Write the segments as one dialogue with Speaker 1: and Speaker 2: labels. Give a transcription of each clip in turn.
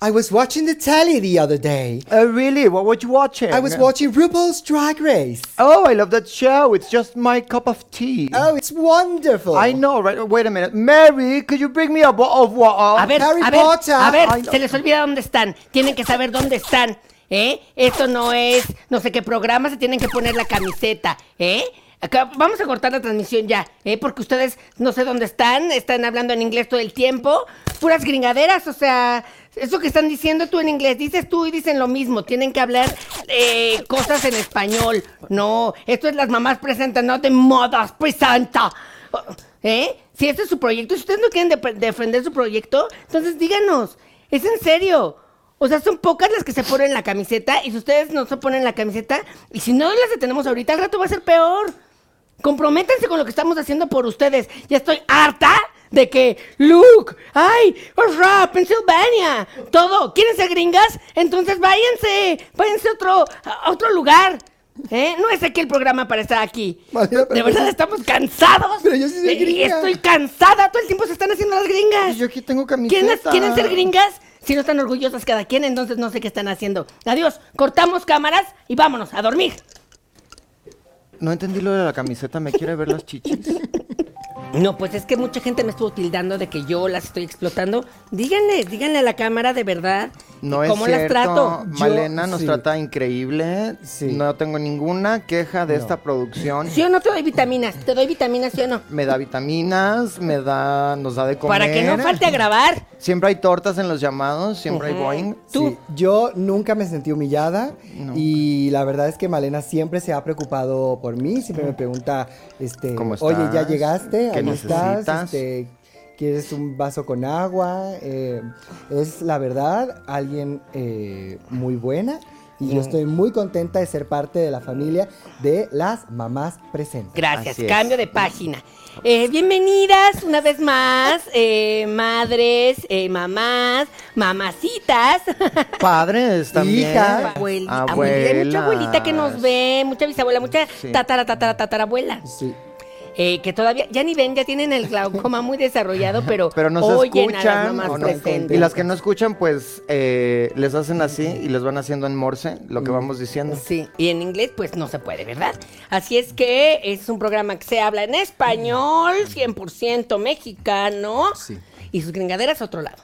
Speaker 1: I was watching the telly the other day.
Speaker 2: Oh, really? What were you watching?
Speaker 1: I was watching RuPaul's Drag Race.
Speaker 2: Oh, I love that show. It's just my cup of tea.
Speaker 1: Oh, it's wonderful.
Speaker 2: I know, right? Wait a minute. Mary, could you bring me a bottle of water?
Speaker 3: A ver,
Speaker 1: Harry
Speaker 3: a ver,
Speaker 1: Potter.
Speaker 3: a ver,
Speaker 2: Ay, no.
Speaker 3: se les olvida dónde están. Tienen que saber dónde están. ¿Eh? Esto no es no sé qué programa, se tienen que poner la camiseta. ¿Eh? Acá- vamos a cortar la transmisión ya, ¿eh? Porque ustedes no sé dónde están, están hablando en inglés todo el tiempo. Puras gringaderas, o sea, eso que están diciendo tú en inglés, dices tú y dicen lo mismo. Tienen que hablar eh, cosas en español. No, esto es las mamás presentan, no de modas presenta. ¿Eh? Si este es su proyecto, si ustedes no quieren dep- defender su proyecto, entonces díganos, es en serio. O sea, son pocas las que se ponen la camiseta y si ustedes no se ponen la camiseta y si no las detenemos ahorita, al rato va a ser peor. Comprométanse con lo que estamos haciendo por ustedes. Ya estoy harta de que, Luke, ay, Ra, Pensilvania, todo. ¿Quieren ser gringas? Entonces váyanse, váyanse a otro, a otro lugar. ¿Eh? No es aquí el programa para estar aquí.
Speaker 1: María,
Speaker 3: De
Speaker 1: pero-
Speaker 3: verdad estamos cansados.
Speaker 1: Pero yo sí soy
Speaker 3: Eh, Y
Speaker 1: gringa.
Speaker 3: estoy cansada. Todo el tiempo se están haciendo las gringas.
Speaker 2: Yo aquí tengo
Speaker 3: ¿Quieren, las-
Speaker 2: camiseta.
Speaker 3: quieren ser gringas? Si no están orgullosas cada quien, entonces no sé qué están haciendo. Adiós, cortamos cámaras y vámonos a dormir.
Speaker 2: No entendí lo de la camiseta. ¿Me quiere ver las chichis?
Speaker 3: No, pues es que mucha gente me estuvo tildando de que yo las estoy explotando. Díganle, díganle a la cámara de verdad
Speaker 2: No es
Speaker 3: cómo
Speaker 2: cierto.
Speaker 3: las trato.
Speaker 2: Malena nos
Speaker 1: sí.
Speaker 2: trata increíble.
Speaker 1: Sí.
Speaker 2: No tengo ninguna queja de esta producción.
Speaker 3: Yo no te doy vitaminas, te doy vitaminas, ¿sí o no?
Speaker 2: Me da vitaminas, me da, nos da de comer.
Speaker 3: Para que no falte a grabar.
Speaker 2: Siempre hay tortas en los llamados, siempre hay Boeing.
Speaker 3: Tú.
Speaker 1: Sí, yo nunca me sentí humillada y la verdad es que Malena siempre se ha preocupado por mí, siempre me pregunta, este,
Speaker 2: ¿Cómo
Speaker 1: oye, ya
Speaker 2: estás?
Speaker 1: llegaste,
Speaker 2: ¿Qué
Speaker 1: ¿Cómo
Speaker 2: necesitas?
Speaker 1: estás? Este, ¿Quieres un vaso con agua? Eh, es la verdad, alguien eh, muy buena y
Speaker 2: Mm.
Speaker 1: yo estoy muy contenta de ser parte de la familia de las mamás presentes.
Speaker 3: Gracias,
Speaker 2: Así es.
Speaker 3: cambio de página. Eh, bienvenidas una vez más, eh, madres, eh, mamás, mamacitas.
Speaker 2: Padres también.
Speaker 1: Hija.
Speaker 3: Abuelita, abuelita, hay mucha abuelita que nos ve, mucha bisabuela, mucha
Speaker 2: Sí.
Speaker 3: tatara, tatara, tatarabuela.
Speaker 1: Sí.
Speaker 3: Eh, que todavía, ya ni ven, ya tienen el glaucoma muy desarrollado, pero,
Speaker 2: Pero nos
Speaker 3: oyen a las
Speaker 2: escuchan.
Speaker 3: mamás
Speaker 2: o no-
Speaker 3: presentes.
Speaker 2: y las que no escuchan, pues eh, les hacen así y les van haciendo en morse lo
Speaker 3: Mm.
Speaker 2: que vamos diciendo.
Speaker 3: Sí, y en inglés pues no se puede, ¿verdad? Así es que es un programa que se habla en español, 100% mexicano,
Speaker 1: Sí.
Speaker 3: y sus gringaderas a otro lado.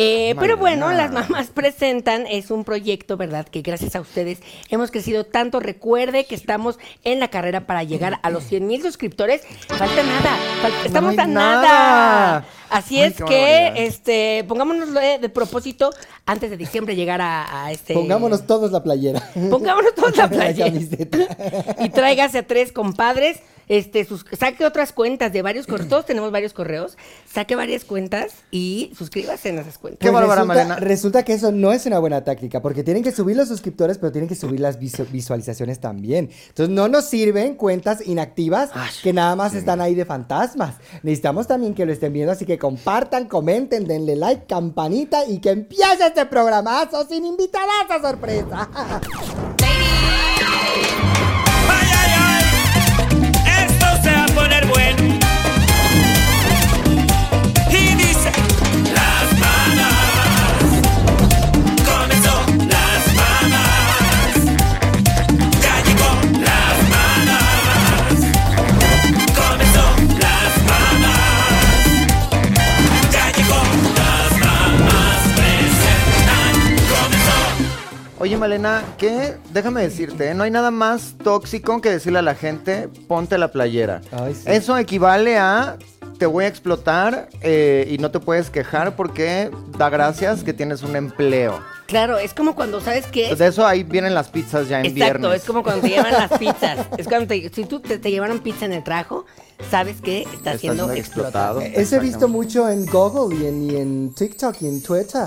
Speaker 3: Eh, pero bueno, las mamás presentan, es un proyecto, ¿verdad? Que gracias a ustedes hemos crecido tanto. Recuerde que estamos en la carrera para llegar a los 100 mil suscriptores. Falta nada, fal- estamos
Speaker 2: hay
Speaker 3: a nada.
Speaker 2: nada.
Speaker 3: Así
Speaker 2: Ay,
Speaker 3: es
Speaker 2: qué
Speaker 3: que,
Speaker 2: barbaridad.
Speaker 3: este, pongámonos de, de propósito antes de diciembre llegar a, a este...
Speaker 1: Pongámonos todos la playera.
Speaker 3: Pongámonos todos la playera.
Speaker 1: camiseta.
Speaker 3: y tráigase a tres compadres, este, sus- saque otras cuentas de varios correos, todos tenemos varios correos, saque varias cuentas y suscríbase en esas cuentas.
Speaker 2: Qué bárbara,
Speaker 1: resulta,
Speaker 2: Malena.
Speaker 1: Resulta que eso no es una buena táctica, porque tienen que subir los suscriptores, pero tienen que subir las visu- visualizaciones también. Entonces, no nos sirven cuentas inactivas que nada más están ahí de fantasmas. Necesitamos también que lo estén viendo, así que compartan, comenten, denle like, campanita y que empiece este programazo sin invitadas a sorpresa.
Speaker 4: ¡Ay, ay, ay! Esto se va a poner bueno. Y dice: Las mamas. Comenzó las mamas. Ya llegó las mamas. Comenzó las mamas. Ya llegó las mamas. Presentan. Comenzó.
Speaker 2: Oye, Malena, ¿qué? Déjame decirte, ¿eh? no hay nada más tóxico que decirle a la gente, ponte la playera.
Speaker 1: Ay, sí.
Speaker 2: Eso equivale a, te voy a explotar eh, y no te puedes quejar porque da gracias que tienes un empleo.
Speaker 3: Claro, es como cuando, ¿sabes qué?
Speaker 2: De eso ahí vienen las pizzas ya Pues en
Speaker 3: Exacto,
Speaker 2: viernes.
Speaker 3: es como cuando te llevan las pizzas. Es cuando te- si tú te, te llevaron pizza en el trabajo, sabes que está,
Speaker 2: Está
Speaker 3: siendo
Speaker 2: siendo
Speaker 3: explotado.
Speaker 2: explotado.
Speaker 1: Eso Eh, he visto mucho en Google y en, y en TikTok y en Twitter.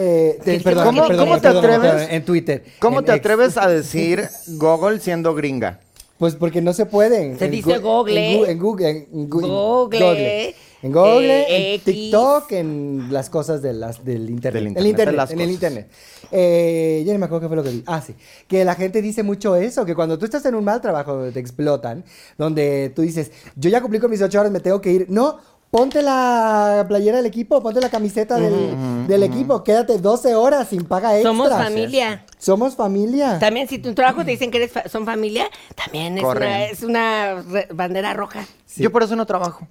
Speaker 1: Eh, te-
Speaker 3: ¿Cómo-
Speaker 1: perdón,
Speaker 2: ¿Cómo,
Speaker 1: perdón,
Speaker 2: cómo te
Speaker 1: perdón, perdón,
Speaker 2: atreves?
Speaker 1: en Twitter.
Speaker 2: ¿Cómo
Speaker 1: en
Speaker 2: te
Speaker 1: X.
Speaker 2: atreves a decir Google siendo gringa?
Speaker 1: Pues porque no se pueden.
Speaker 3: Se
Speaker 1: En Gu-
Speaker 3: dice Google.
Speaker 1: En Google. En, Gu- en Gu- en
Speaker 3: Google.
Speaker 1: Google. En Google,
Speaker 3: Eh,
Speaker 1: en
Speaker 3: X.
Speaker 1: TikTok, en las cosas de las, del internet.
Speaker 2: Del
Speaker 1: El
Speaker 2: internet,
Speaker 1: internet,
Speaker 2: de las
Speaker 1: en el
Speaker 2: cosas.
Speaker 1: internet. Eh, ya ni me acuerdo qué fue lo que vi. Ah, sí. Que la gente dice mucho eso, que cuando tú estás en un mal trabajo donde te explotan, donde tú dices, yo ya cumplí con mis ocho horas, me tengo que ir. No, Ponte la playera del equipo, ponte la camiseta del, del equipo, quédate 12 horas sin paga extra.
Speaker 3: Somos familia.
Speaker 1: Somos familia.
Speaker 3: También si tu trabajo te dicen que eres fa- son familia, también es
Speaker 2: Corren.
Speaker 3: una, es una re- bandera roja.
Speaker 2: Yo por eso no trabajo.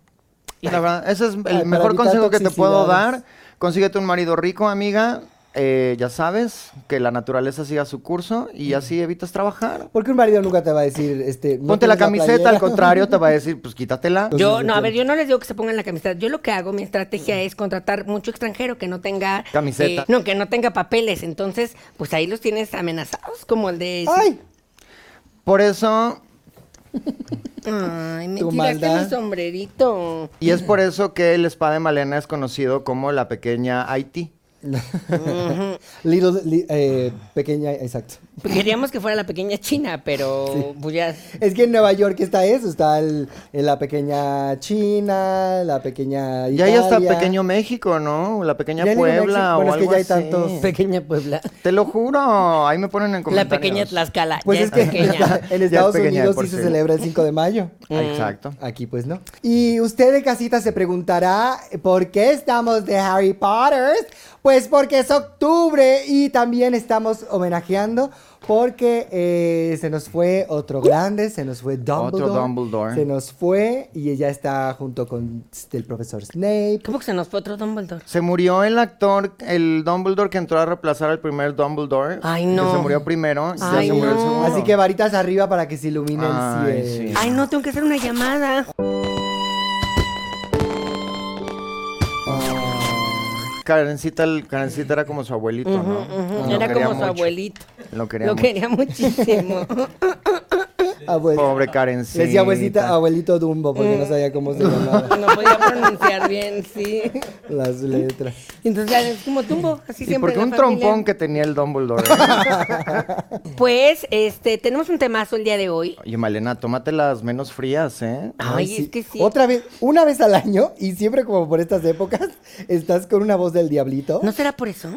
Speaker 2: La verdad, ese es el
Speaker 1: para
Speaker 2: mejor
Speaker 1: evitar
Speaker 2: consejo que te puedo
Speaker 1: toxicidades.
Speaker 2: dar. Consíguete un marido rico, amiga. Eh, ya sabes, que la naturaleza siga su curso y así evitas trabajar.
Speaker 1: Porque un marido nunca te va a decir, este, no
Speaker 2: Ponte la
Speaker 1: tienes
Speaker 2: camiseta,
Speaker 1: playera.
Speaker 2: al contrario, te va a decir, pues quítatela.
Speaker 1: Entonces,
Speaker 3: Yo,
Speaker 1: ¿de
Speaker 3: no, a
Speaker 1: qué?
Speaker 3: ver, yo no les digo que se pongan la camiseta. Yo lo que hago, mi estrategia es contratar mucho extranjero que no tenga...
Speaker 2: Camiseta.
Speaker 3: eh, no, que no tenga papeles. Entonces, pues ahí los tienes amenazados, como el de...
Speaker 1: Ay,
Speaker 2: Por eso,
Speaker 3: Ay, me
Speaker 1: Tu
Speaker 3: tiraste
Speaker 1: maldad.
Speaker 3: mi sombrerito.
Speaker 2: y es por eso que el spa de Malena es conocido como la pequeña Haití.
Speaker 1: little, li- eh, pequeña, exacto.
Speaker 3: Pues Queríamos que fuera la pequeña China, pero pues ya...
Speaker 1: Es que en Nueva York está eso, está el, el- la pequeña China, la pequeña
Speaker 2: Ya
Speaker 1: Italia.
Speaker 2: ahí está Pequeño México, ¿no? La pequeña
Speaker 1: Ya ni México-
Speaker 2: Puebla o
Speaker 1: bueno, es que
Speaker 2: algo
Speaker 1: ya hay
Speaker 2: así.
Speaker 1: tantos.
Speaker 3: Pequeña Puebla.
Speaker 2: Te lo juro, ahí me ponen en
Speaker 3: La
Speaker 2: comentarios.
Speaker 3: pequeña Tlaxcala.
Speaker 1: Pues
Speaker 3: ya
Speaker 1: es que
Speaker 3: pequeña.
Speaker 1: en
Speaker 2: Ya es
Speaker 1: Estados
Speaker 2: pequeña de
Speaker 1: Unidos
Speaker 2: por
Speaker 1: sí
Speaker 2: sí.
Speaker 1: se celebra el 5 de mayo.
Speaker 2: Ah,
Speaker 3: Eh,
Speaker 2: Exacto.
Speaker 1: Aquí pues no. Y usted de casita se preguntará por qué estamos de Harry Potter. Pues porque es octubre y también estamos homenajeando porque eh, se nos fue otro grande, se nos fue Dumbledore.
Speaker 2: Dumbledore.
Speaker 1: Se nos fue y ella está junto con este, el profesor Snape.
Speaker 3: ¿Cómo que se nos fue otro Dumbledore?
Speaker 2: Se murió el actor, el Dumbledore que entró a reemplazar al primer Dumbledore.
Speaker 3: Ay,
Speaker 2: Que
Speaker 3: no.
Speaker 2: se murió primero. y ya
Speaker 3: Ay,
Speaker 2: se murió el
Speaker 3: no.
Speaker 2: segundo.
Speaker 1: Así que varitas arriba para que se ilumine
Speaker 2: Ay,
Speaker 1: el cielo.
Speaker 2: sí.
Speaker 3: Ay, no, tengo que hacer una llamada.
Speaker 1: Ah.
Speaker 2: Karencita, el- Karencita era como su abuelito, ¿no? Lo
Speaker 3: Era
Speaker 2: quería
Speaker 3: como su
Speaker 2: mucho.
Speaker 3: abuelito.
Speaker 2: Lo quería
Speaker 3: Lo
Speaker 2: mucho.
Speaker 3: quería muchísimo.
Speaker 1: Abue-
Speaker 2: Pobre Karencita.
Speaker 1: Le decía abuelita, abuelito Dumbo, porque no sabía cómo se llamaba
Speaker 3: No podía pronunciar bien, sí.
Speaker 1: las letras.
Speaker 3: Entonces es como tumbo, así
Speaker 2: ¿Y
Speaker 3: siempre.
Speaker 2: por qué un
Speaker 3: en la familia.
Speaker 2: trompón que tenía el Dumbledore? eh?
Speaker 3: Pues, este, tenemos un temazo el día de hoy.
Speaker 2: Oye, Malena, tómate las menos frías, ¿eh?
Speaker 3: Ay, es que sí.
Speaker 1: Otra vez, una vez al año y siempre como por estas épocas, estás con una voz del diablito.
Speaker 3: ¿No será por eso?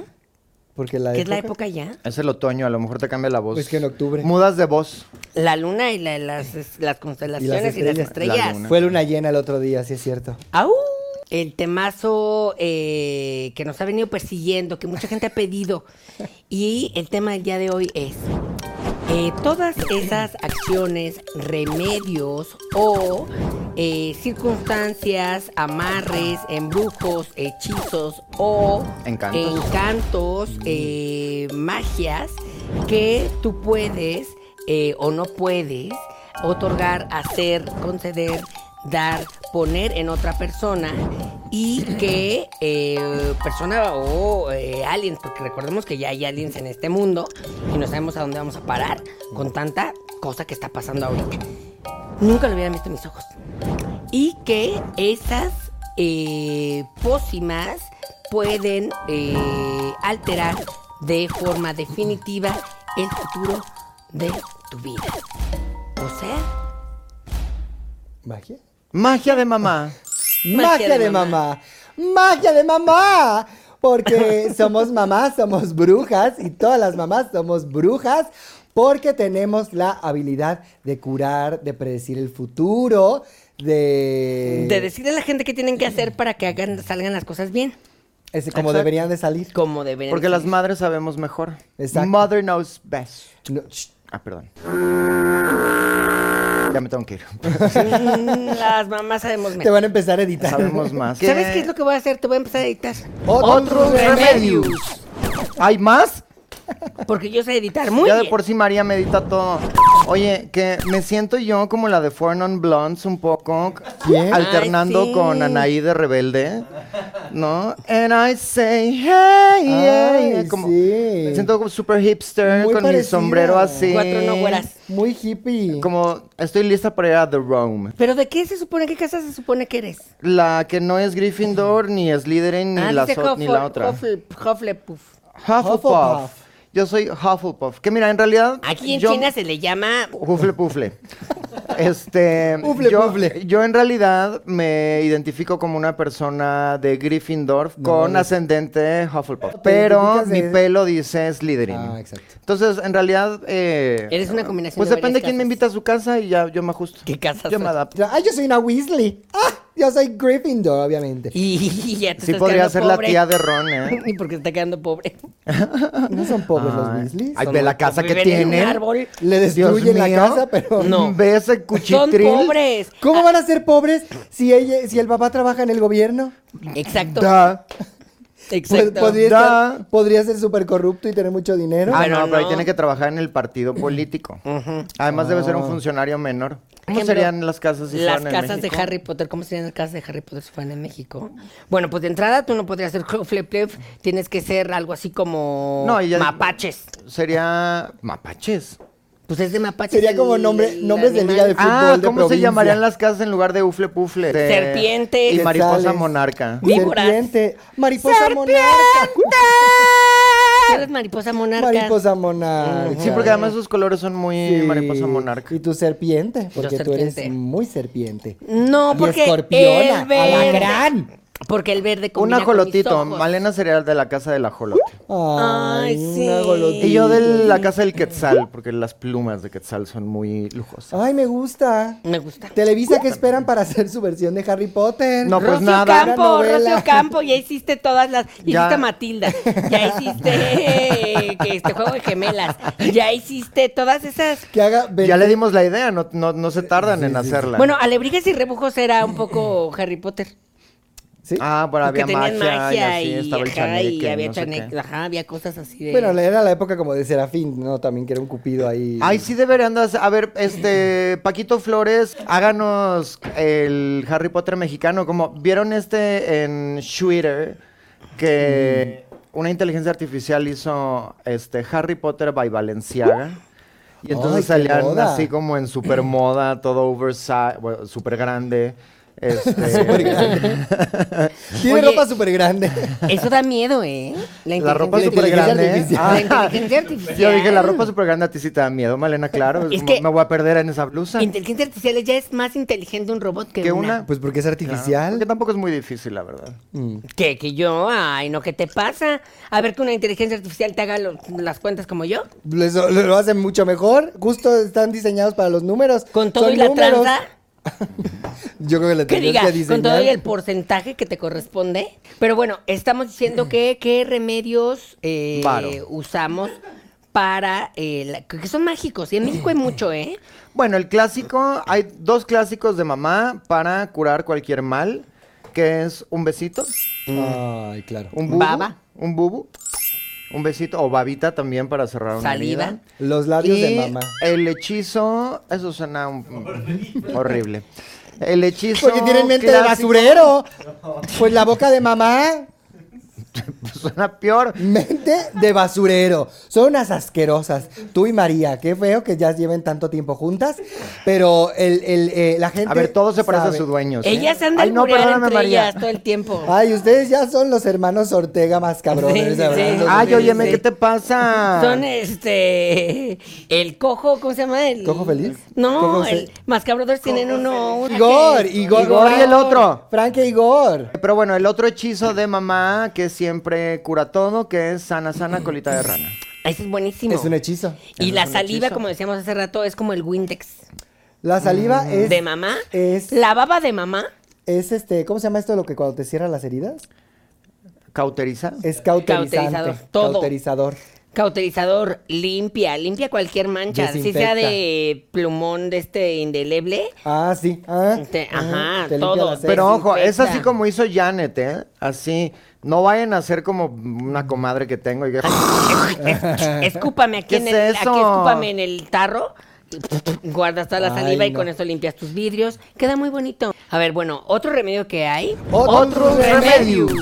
Speaker 1: Porque la
Speaker 3: Que es la época ya.
Speaker 2: Es el otoño, a lo mejor te cambia la voz.
Speaker 1: Pues que en octubre.
Speaker 2: Mudas de voz.
Speaker 3: La luna y la- las, es- las constelaciones y las
Speaker 1: estrellas.
Speaker 3: estrellas.
Speaker 2: La luna.
Speaker 1: Fue luna llena el otro día, sí es cierto.
Speaker 3: ¡Au! El temazo eh, que nos ha venido persiguiendo, que mucha gente ha pedido. Y el tema del día de hoy es eh, todas esas acciones, remedios o eh, circunstancias, amarres, embrujos, hechizos o
Speaker 2: Encantos.
Speaker 3: encantos, eh, magias que tú puedes eh, o no puedes otorgar, hacer, conceder, dar, poner en otra persona y que eh, persona o eh, aliens, porque recordemos que ya hay aliens en este mundo y no sabemos a dónde vamos a parar con tanta cosa que está pasando ahorita. Nunca lo hubieran visto en mis ojos y que esas eh, pócimas pueden eh, alterar de forma definitiva el futuro de tu vida. O sea,
Speaker 1: ¿Magia?
Speaker 2: Magia de mamá.
Speaker 1: Magia, de, mamá. Magia de mamá. Porque somos mamás, somos brujas y todas las mamás somos brujas porque tenemos la habilidad de curar, de predecir el futuro, de...
Speaker 2: Eh.
Speaker 3: de decirle a la gente qué tienen que hacer para que hagan, salgan las cosas bien,
Speaker 1: Es como
Speaker 2: Exacto.
Speaker 1: deberían de salir.
Speaker 3: como deberían.
Speaker 2: Porque las
Speaker 3: ser.
Speaker 2: madres sabemos mejor.
Speaker 1: Exacto.
Speaker 2: Mother knows best.
Speaker 1: No, shh.
Speaker 2: Ah, perdón. Ya me tengo que ir.
Speaker 3: Mm, las mamás sabemos
Speaker 1: Te
Speaker 3: mejor.
Speaker 1: van a empezar a editar.
Speaker 2: Sabemos más.
Speaker 3: ¿Sabes qué es lo que voy a hacer? Te voy a empezar a editar.
Speaker 2: Otros remedios. ¿Hay más?
Speaker 3: Porque yo sé editar muy
Speaker 2: ya de
Speaker 3: bien.
Speaker 2: por sí María medita todo. Oye, que me siento yo como la de Four Non Blondes un poco,
Speaker 1: ¿Quién?
Speaker 2: alternando
Speaker 3: Ay, sí.
Speaker 2: con Anaí de Rebelde, ¿no? And I say, hey, yeah,
Speaker 1: Ay,
Speaker 2: yeah, como-
Speaker 1: sí.
Speaker 2: Me siento como super hipster,
Speaker 1: Muy
Speaker 2: con mi
Speaker 1: parecida.
Speaker 2: sombrero así.
Speaker 3: Cuatro no güeras.
Speaker 1: Muy hippie.
Speaker 2: Como, estoy lista para ir a The Rome.
Speaker 3: ¿Pero de qué se supone? ¿Qué casa se supone que eres?
Speaker 2: La que no es Gryffindor, ni es Slytherin, ni,
Speaker 3: Ah,
Speaker 2: la,
Speaker 3: dice
Speaker 2: so- ni la
Speaker 3: Huffle-
Speaker 2: otra.
Speaker 3: Huffle- Hufflepuff.
Speaker 2: Hufflepuff.
Speaker 1: Hufflepuff.
Speaker 2: Yo soy Hufflepuff. Que mira, en realidad.
Speaker 3: Aquí en
Speaker 2: yo-
Speaker 3: China se le llama
Speaker 2: Hufle pufle. Este,
Speaker 1: Hufle
Speaker 2: yo,
Speaker 1: pufle.
Speaker 2: yo en realidad me identifico como una persona de Gryffindor con ascendente Hufflepuff, pero
Speaker 1: identificas
Speaker 2: mi
Speaker 1: de-
Speaker 2: pelo dice Slytherin.
Speaker 1: Ah, exacto.
Speaker 2: Entonces, en realidad, eh,
Speaker 3: Eres una combinación
Speaker 2: Pues
Speaker 3: de
Speaker 2: depende
Speaker 3: varias
Speaker 2: quién me
Speaker 3: casas.
Speaker 2: invita a su casa y ya yo me ajusto.
Speaker 3: ¿Qué casas
Speaker 2: Yo me
Speaker 3: son?
Speaker 2: adapto.
Speaker 1: Ay, yo soy una Weasley. Ah, Yo soy Gryffindor, obviamente.
Speaker 3: Y ya te
Speaker 2: Sí
Speaker 3: estás
Speaker 2: podría
Speaker 3: quedando
Speaker 2: ser la
Speaker 3: pobre.
Speaker 2: tía de Ron, ¿eh?
Speaker 3: Y porque se está quedando pobre.
Speaker 1: Ah, No son pobres los
Speaker 2: Ay.
Speaker 1: Weasleys.
Speaker 2: Ay,
Speaker 3: Son
Speaker 2: ve
Speaker 3: muy
Speaker 2: la casa
Speaker 3: pobres,
Speaker 2: que
Speaker 3: viven en un
Speaker 2: tienen.
Speaker 3: árbol.
Speaker 1: Le destruyen la casa, pero...
Speaker 3: No.
Speaker 2: Ve ese
Speaker 3: Son
Speaker 2: cuchitril.
Speaker 3: pobres.
Speaker 1: ¿Cómo van a ser pobres si, ella, si el papá trabaja en el gobierno?
Speaker 3: Exacto.
Speaker 2: Da. Pues,
Speaker 1: Pod-
Speaker 3: Exacto.
Speaker 1: podría,
Speaker 2: Da.
Speaker 1: estar- podría ser súper corrupto y tener mucho dinero.
Speaker 2: Ah,
Speaker 3: Pero
Speaker 2: no, pero ahí
Speaker 3: no.
Speaker 2: tiene que trabajar en el partido político. Además debe
Speaker 1: Ah.
Speaker 2: ser un funcionario menor.
Speaker 3: Por
Speaker 2: ¿Cómo
Speaker 3: ejemplo,
Speaker 2: serían las casas si
Speaker 3: Las
Speaker 2: fueran en
Speaker 3: casas de
Speaker 2: México?
Speaker 3: Harry Potter. ¿Cómo serían las casas de Harry Potter si fueran en México? Bueno, pues de entrada tú no podrías ser Hufflepuff. Tienes que ser algo así como
Speaker 2: No, y ya-
Speaker 3: mapaches.
Speaker 2: Sería mapaches.
Speaker 3: Pues es de mapaches.
Speaker 1: Sería
Speaker 3: el-
Speaker 1: como nombre-
Speaker 3: el
Speaker 1: nombres de
Speaker 3: animal.
Speaker 1: liga de fútbol
Speaker 2: Ah,
Speaker 1: de
Speaker 2: ¿cómo se
Speaker 1: provincia.
Speaker 2: llamarían las casas en lugar de ufle pufle? De-
Speaker 3: Serpientes.
Speaker 2: Y mariposa
Speaker 1: Quetzales.
Speaker 2: monarca.
Speaker 3: Víboras.
Speaker 1: Serpiente. Mariposa monarca.
Speaker 3: Tú eres mariposa monarca.
Speaker 1: Mariposa monarca.
Speaker 2: Sí, porque además sus colores son muy
Speaker 1: Sí.
Speaker 2: mariposa monarca.
Speaker 1: Y tu serpiente, porque tú
Speaker 3: serpiente.
Speaker 1: eres muy serpiente.
Speaker 3: No,
Speaker 1: Y
Speaker 3: porque
Speaker 1: escorpiona,
Speaker 3: el verde.
Speaker 1: alacrán.
Speaker 3: Porque el verde
Speaker 2: Un
Speaker 3: combina
Speaker 2: ajolotito.
Speaker 3: con mis ojos.
Speaker 2: Malena sería de la casa del ajolote.
Speaker 1: Ay,
Speaker 3: Ay,
Speaker 1: un
Speaker 3: sí.
Speaker 1: agolotito.
Speaker 2: Y yo de la casa del quetzal, porque las plumas de quetzal son muy lujosas.
Speaker 1: Ay, me gusta.
Speaker 3: Me gusta.
Speaker 1: Televisa, ¿qué esperan para hacer su versión de Harry Potter?
Speaker 2: No, pues
Speaker 3: Rocío
Speaker 2: nada.
Speaker 1: Una
Speaker 3: Campo,
Speaker 1: novela.
Speaker 3: Rocío Campo, ya hiciste todas las.
Speaker 2: Ya.
Speaker 3: Hiciste a Matilda, ya hiciste eh, que este juego de gemelas, ya hiciste todas esas.
Speaker 1: Que haga...
Speaker 2: Ya le dimos la idea, no, no, no se tardan en hacerla.
Speaker 3: Bueno, Alebrijes y Rebujos era un poco Harry Potter.
Speaker 1: ¿Sí?
Speaker 2: ah, bueno,
Speaker 3: porque
Speaker 2: había magia,
Speaker 3: tenían magia
Speaker 2: y
Speaker 3: y,
Speaker 2: así estaba el
Speaker 3: ajá, y
Speaker 2: chaneque, y
Speaker 3: había
Speaker 2: no sé
Speaker 3: chaneque,
Speaker 2: qué.
Speaker 3: ajá, había cosas así de.
Speaker 1: Bueno, era la época como de Serafín, ¿no? También que era un cupido ahí.
Speaker 2: Ay, sí deberían de hacer- A ver, este, Paquito Flores, háganos el Harry Potter mexicano. Como vieron este en Twitter que una inteligencia artificial hizo este Harry Potter by Balenciaga. Y entonces
Speaker 1: Ay, qué
Speaker 2: salían
Speaker 1: moda.
Speaker 2: así como en super moda, todo oversize, bueno, super grande. Este,
Speaker 1: Tiene
Speaker 3: Oye.
Speaker 1: ropa súper grande.
Speaker 3: Eso da miedo, ¿eh?
Speaker 2: La ropa
Speaker 1: La
Speaker 2: super
Speaker 1: inteligencia
Speaker 2: grande.
Speaker 1: artificial.
Speaker 3: La inteligencia artificial.
Speaker 2: Yo dije, la ropa super grande a ti sí te da miedo, Malena, claro.
Speaker 3: Es
Speaker 2: Es
Speaker 3: que-
Speaker 2: me voy a perder en esa blusa.
Speaker 3: Inteligencia artificial ya es más inteligente un robot que,
Speaker 2: Que
Speaker 3: una.
Speaker 2: una-
Speaker 1: Pues porque es
Speaker 2: Claro,
Speaker 1: artificial.
Speaker 2: porque tampoco es muy difícil, la verdad.
Speaker 3: ¿Qué? ¿Que yo? Ay, no, ¿qué te pasa? A ver que una inteligencia artificial te haga lo- las cuentas como yo.
Speaker 1: Les- Lo, hacen mucho mejor. Justo están diseñados para los números.
Speaker 3: Con todo
Speaker 1: Son
Speaker 3: y la
Speaker 1: números.
Speaker 3: tranza.
Speaker 1: Yo creo que la
Speaker 3: Que diga,
Speaker 1: tendrías que diseñar.
Speaker 3: con todo y el porcentaje que te corresponde. Pero bueno, estamos diciendo que qué remedios eh,
Speaker 2: Varo.
Speaker 3: usamos para... eh, la- que son mágicos. Y en México hay mucho, ¿eh?
Speaker 2: Bueno, el clásico, hay dos clásicos de mamá para curar cualquier mal, que es un besito,
Speaker 1: Ay, claro.
Speaker 2: un bubu,
Speaker 3: Baba.
Speaker 2: un bubu, un besito o babita también para cerrar una
Speaker 3: Saliva.
Speaker 2: herida.
Speaker 1: Los labios
Speaker 2: Y
Speaker 1: de mamá.
Speaker 2: El hechizo, eso suena un- horrible. El hechizo
Speaker 1: Porque tienen mente de
Speaker 2: clásico
Speaker 1: basurero. Pues la boca de mamá,
Speaker 2: suena peor.
Speaker 1: mente de basurero. Son unas asquerosas. Tú y María, qué feo que ya lleven tanto tiempo juntas. Pero el, el, eh, la gente.
Speaker 2: A ver, todo se parece
Speaker 1: sabe.
Speaker 2: a su dueño. ¿sí?
Speaker 3: Ellas andan
Speaker 2: Ay, no,
Speaker 3: muriendo
Speaker 2: perdóname,
Speaker 3: entre
Speaker 2: María.
Speaker 3: ellas todo el tiempo.
Speaker 1: Ay, ustedes ya son los hermanos Ortega más
Speaker 3: Sí,
Speaker 1: cabrones.
Speaker 3: sí,
Speaker 1: de verdad.
Speaker 3: sí.
Speaker 2: Ay, óyeme,
Speaker 3: Sí.
Speaker 2: ¿qué te pasa?
Speaker 3: Son este. El cojo, ¿cómo se llama? El...
Speaker 1: ¿Cojo feliz?
Speaker 3: No,
Speaker 1: ¿Cojo se-
Speaker 3: el Mascabrothers tienen uno.
Speaker 1: Igor, Igor,
Speaker 2: Igor y el otro.
Speaker 1: Frank e Igor.
Speaker 2: Pero bueno, el otro hechizo de mamá que siempre cura todo, que es sana, sana, colita de rana.
Speaker 3: Ese es buenísimo.
Speaker 1: Es un hechizo.
Speaker 3: Y
Speaker 2: Es
Speaker 3: la
Speaker 2: un
Speaker 3: saliva,
Speaker 2: hechizo.
Speaker 3: como decíamos hace rato, es como el Windex.
Speaker 1: La saliva es.
Speaker 3: de mamá.
Speaker 1: Es,
Speaker 3: La baba de mamá.
Speaker 1: es este. ¿Cómo se llama esto? Lo que cuando te cierran las heridas.
Speaker 2: Cauteriza.
Speaker 1: Es cauterizante.
Speaker 3: Cauterizador, todo.
Speaker 1: Cauterizador.
Speaker 3: Cauterizador, limpia, limpia cualquier mancha, así
Speaker 1: Desinfecta.
Speaker 3: sea de plumón de este indeleble.
Speaker 1: Ah, sí. Ah,
Speaker 3: Te- ajá,
Speaker 1: limpia
Speaker 3: todo,
Speaker 1: las
Speaker 2: Pero ojo, es
Speaker 3: desinfecta.
Speaker 2: así como hizo Janet, ¿eh? Así. No vayan a ser como una comadre que tengo y que...
Speaker 3: Escúpame aquí
Speaker 2: ¿Qué
Speaker 3: en
Speaker 2: es
Speaker 3: el, aquí
Speaker 2: eso?
Speaker 3: escúpame en el tarro. Guardas toda la
Speaker 1: Ay,
Speaker 3: saliva y
Speaker 1: no.
Speaker 3: con eso limpias tus vidrios. Queda muy bonito. A ver, bueno, otro remedio que hay.
Speaker 1: Otros remedios.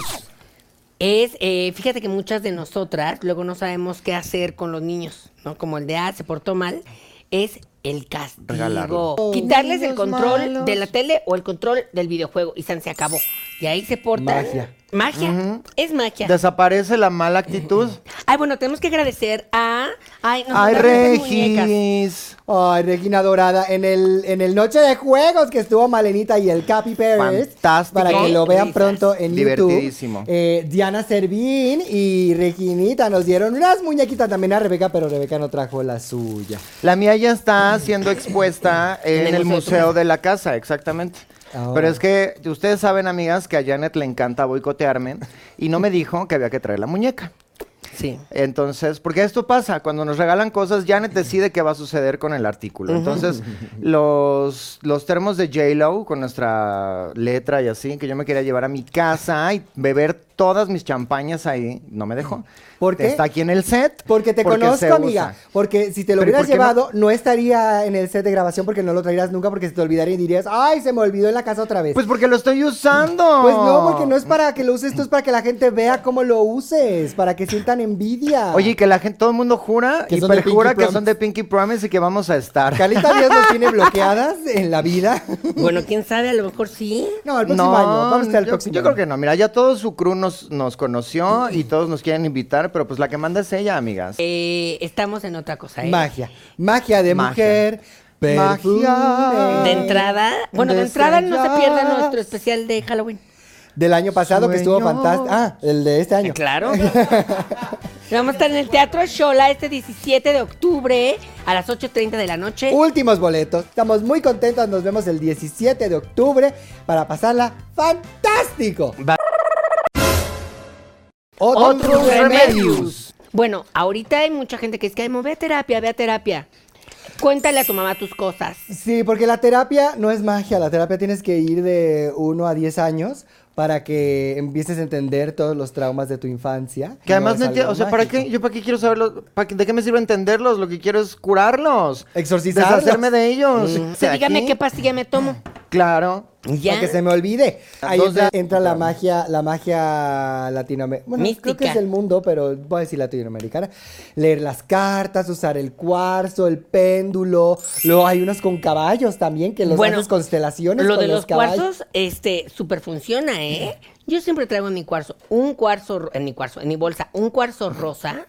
Speaker 3: Es, eh, fíjate que muchas de nosotras luego no sabemos qué hacer con los niños, ¿no? Como el de, ah, se portó mal, es el castigo.
Speaker 2: Regalarlo.
Speaker 3: Quitarles
Speaker 2: Oh,
Speaker 3: el
Speaker 2: niños
Speaker 3: control
Speaker 2: malos.
Speaker 3: de la tele o el control del videojuego y san, se acabó. Y ahí se porta.
Speaker 1: Magia.
Speaker 3: Magia. Es magia.
Speaker 2: Desaparece la mala actitud.
Speaker 3: Ay, bueno, tenemos que agradecer a. Ay, no,
Speaker 2: Ay,
Speaker 3: no, no, no, muñecas.
Speaker 2: Regis.
Speaker 1: Ay, Regina Dorada, en el, en el Noche de Juegos que estuvo Malenita y el Capi Pérez.
Speaker 2: Fantástico.
Speaker 1: Para que
Speaker 3: Qué
Speaker 1: lo vean
Speaker 3: risas.
Speaker 1: pronto en
Speaker 2: Divertidísimo.
Speaker 1: YouTube. Eh, Diana Servín y Reginita nos dieron unas muñequitas también a Rebeca, pero Rebeca no trajo la suya.
Speaker 2: La mía ya está siendo expuesta en,
Speaker 3: En el
Speaker 2: el
Speaker 3: museo de tu
Speaker 2: museo de la casa, exactamente.
Speaker 1: Ah.
Speaker 2: Pero es que ustedes saben, amigas, que a Janet le encanta boicotearme y no me dijo que había que traer la muñeca.
Speaker 3: Sí.
Speaker 2: Entonces, porque esto pasa, cuando nos regalan cosas, Janet decide qué va a suceder con el artículo. Entonces, los, los termos de J-Lo con nuestra letra y así, que yo me quería llevar a mi casa y beber todas mis champañas ahí, no me dejó.
Speaker 1: ¿Por qué?
Speaker 2: Está aquí en el set.
Speaker 1: Porque te
Speaker 2: se
Speaker 1: conozco,
Speaker 2: usa.
Speaker 1: amiga. Porque si te lo
Speaker 2: Pero ¿y
Speaker 1: hubieras
Speaker 2: por qué no?
Speaker 1: llevado, no? estaría en el set de grabación porque no lo traerías nunca porque se te olvidaría y dirías, ay, se me olvidó en la casa otra vez.
Speaker 2: Pues porque lo estoy usando.
Speaker 1: Pues no, porque no es para que lo uses, esto es para que la gente vea cómo lo uses, para que sientan envidia.
Speaker 2: Oye, y que la gente, todo el mundo jura
Speaker 1: Que
Speaker 2: y
Speaker 1: son de
Speaker 2: perjura
Speaker 1: Pinky
Speaker 2: que son
Speaker 1: Promise.
Speaker 2: de Pinky Promise y que vamos a estar.
Speaker 1: Carlita Díaz nos tiene bloqueadas en la vida.
Speaker 3: Bueno, quién sabe, a lo mejor sí.
Speaker 1: No, el próximo año, vamos al
Speaker 2: yo,
Speaker 1: próximo
Speaker 2: yo
Speaker 1: año.
Speaker 2: creo que no. Mira, ya todo su crew nos, nos conoció y todos nos quieren invitar, pero pues la que manda es ella, amigas.
Speaker 3: Eh, estamos en otra cosa, ¿eh?
Speaker 1: Magia, magia de
Speaker 2: Magia.
Speaker 1: mujer, perfume.
Speaker 2: Magia.
Speaker 3: De entrada. Bueno, de
Speaker 1: De
Speaker 3: entrada no se pierda
Speaker 1: estrellas.
Speaker 3: nuestro especial de Halloween.
Speaker 1: Del año pasado que estuvo
Speaker 2: Sueños.
Speaker 1: fantástico. Ah, el de este año.
Speaker 3: Claro. Vamos a estar en el Teatro Shola este 17 de octubre a las 8.30 de la noche.
Speaker 1: Últimos boletos. Estamos muy contentos. Nos vemos el 17 de octubre para pasarla fantástico.
Speaker 2: Va-
Speaker 1: Otros remedios.
Speaker 3: Bueno, ahorita hay mucha gente que dice que "Ay, ve a terapia, ve a terapia. Cuéntale a tu mamá tus cosas.
Speaker 1: Sí, porque la terapia no es magia. La terapia tienes que ir de 1 a 10 años para que empieces a entender todos los traumas de tu infancia.
Speaker 2: Que además no,
Speaker 1: es
Speaker 2: entiendo,
Speaker 1: algo
Speaker 2: o sea, ¿para
Speaker 1: mágico.
Speaker 2: qué? ¿Yo para qué quiero saberlo? ¿Para qué- ¿De qué me sirve entenderlos? Lo que quiero es curarlos.
Speaker 1: Exorcizarlos. Mm.
Speaker 2: Deshacerme de ellos.
Speaker 3: Mm, O sea, dígame qué pastilla me tomo.
Speaker 2: Claro.
Speaker 3: Ya.
Speaker 1: Para que se me olvide. Ahí
Speaker 2: Entonces-
Speaker 1: entra, entra la magia, la magia latinoamericana. Bueno, creo que
Speaker 3: Mística.
Speaker 1: es el mundo, pero voy a decir latinoamericana. Leer las cartas, usar el cuarzo, el péndulo. Luego hay unos con caballos también, que los
Speaker 3: Bueno,
Speaker 1: haces constelaciones
Speaker 3: Lo
Speaker 1: con
Speaker 3: de los,
Speaker 1: caballos.
Speaker 3: cuarzos, este, súper funciona, ¿eh? Yo siempre traigo en mi cuarzo, un cuarzo, ro- en mi cuarzo, en mi bolsa, un cuarzo rosa.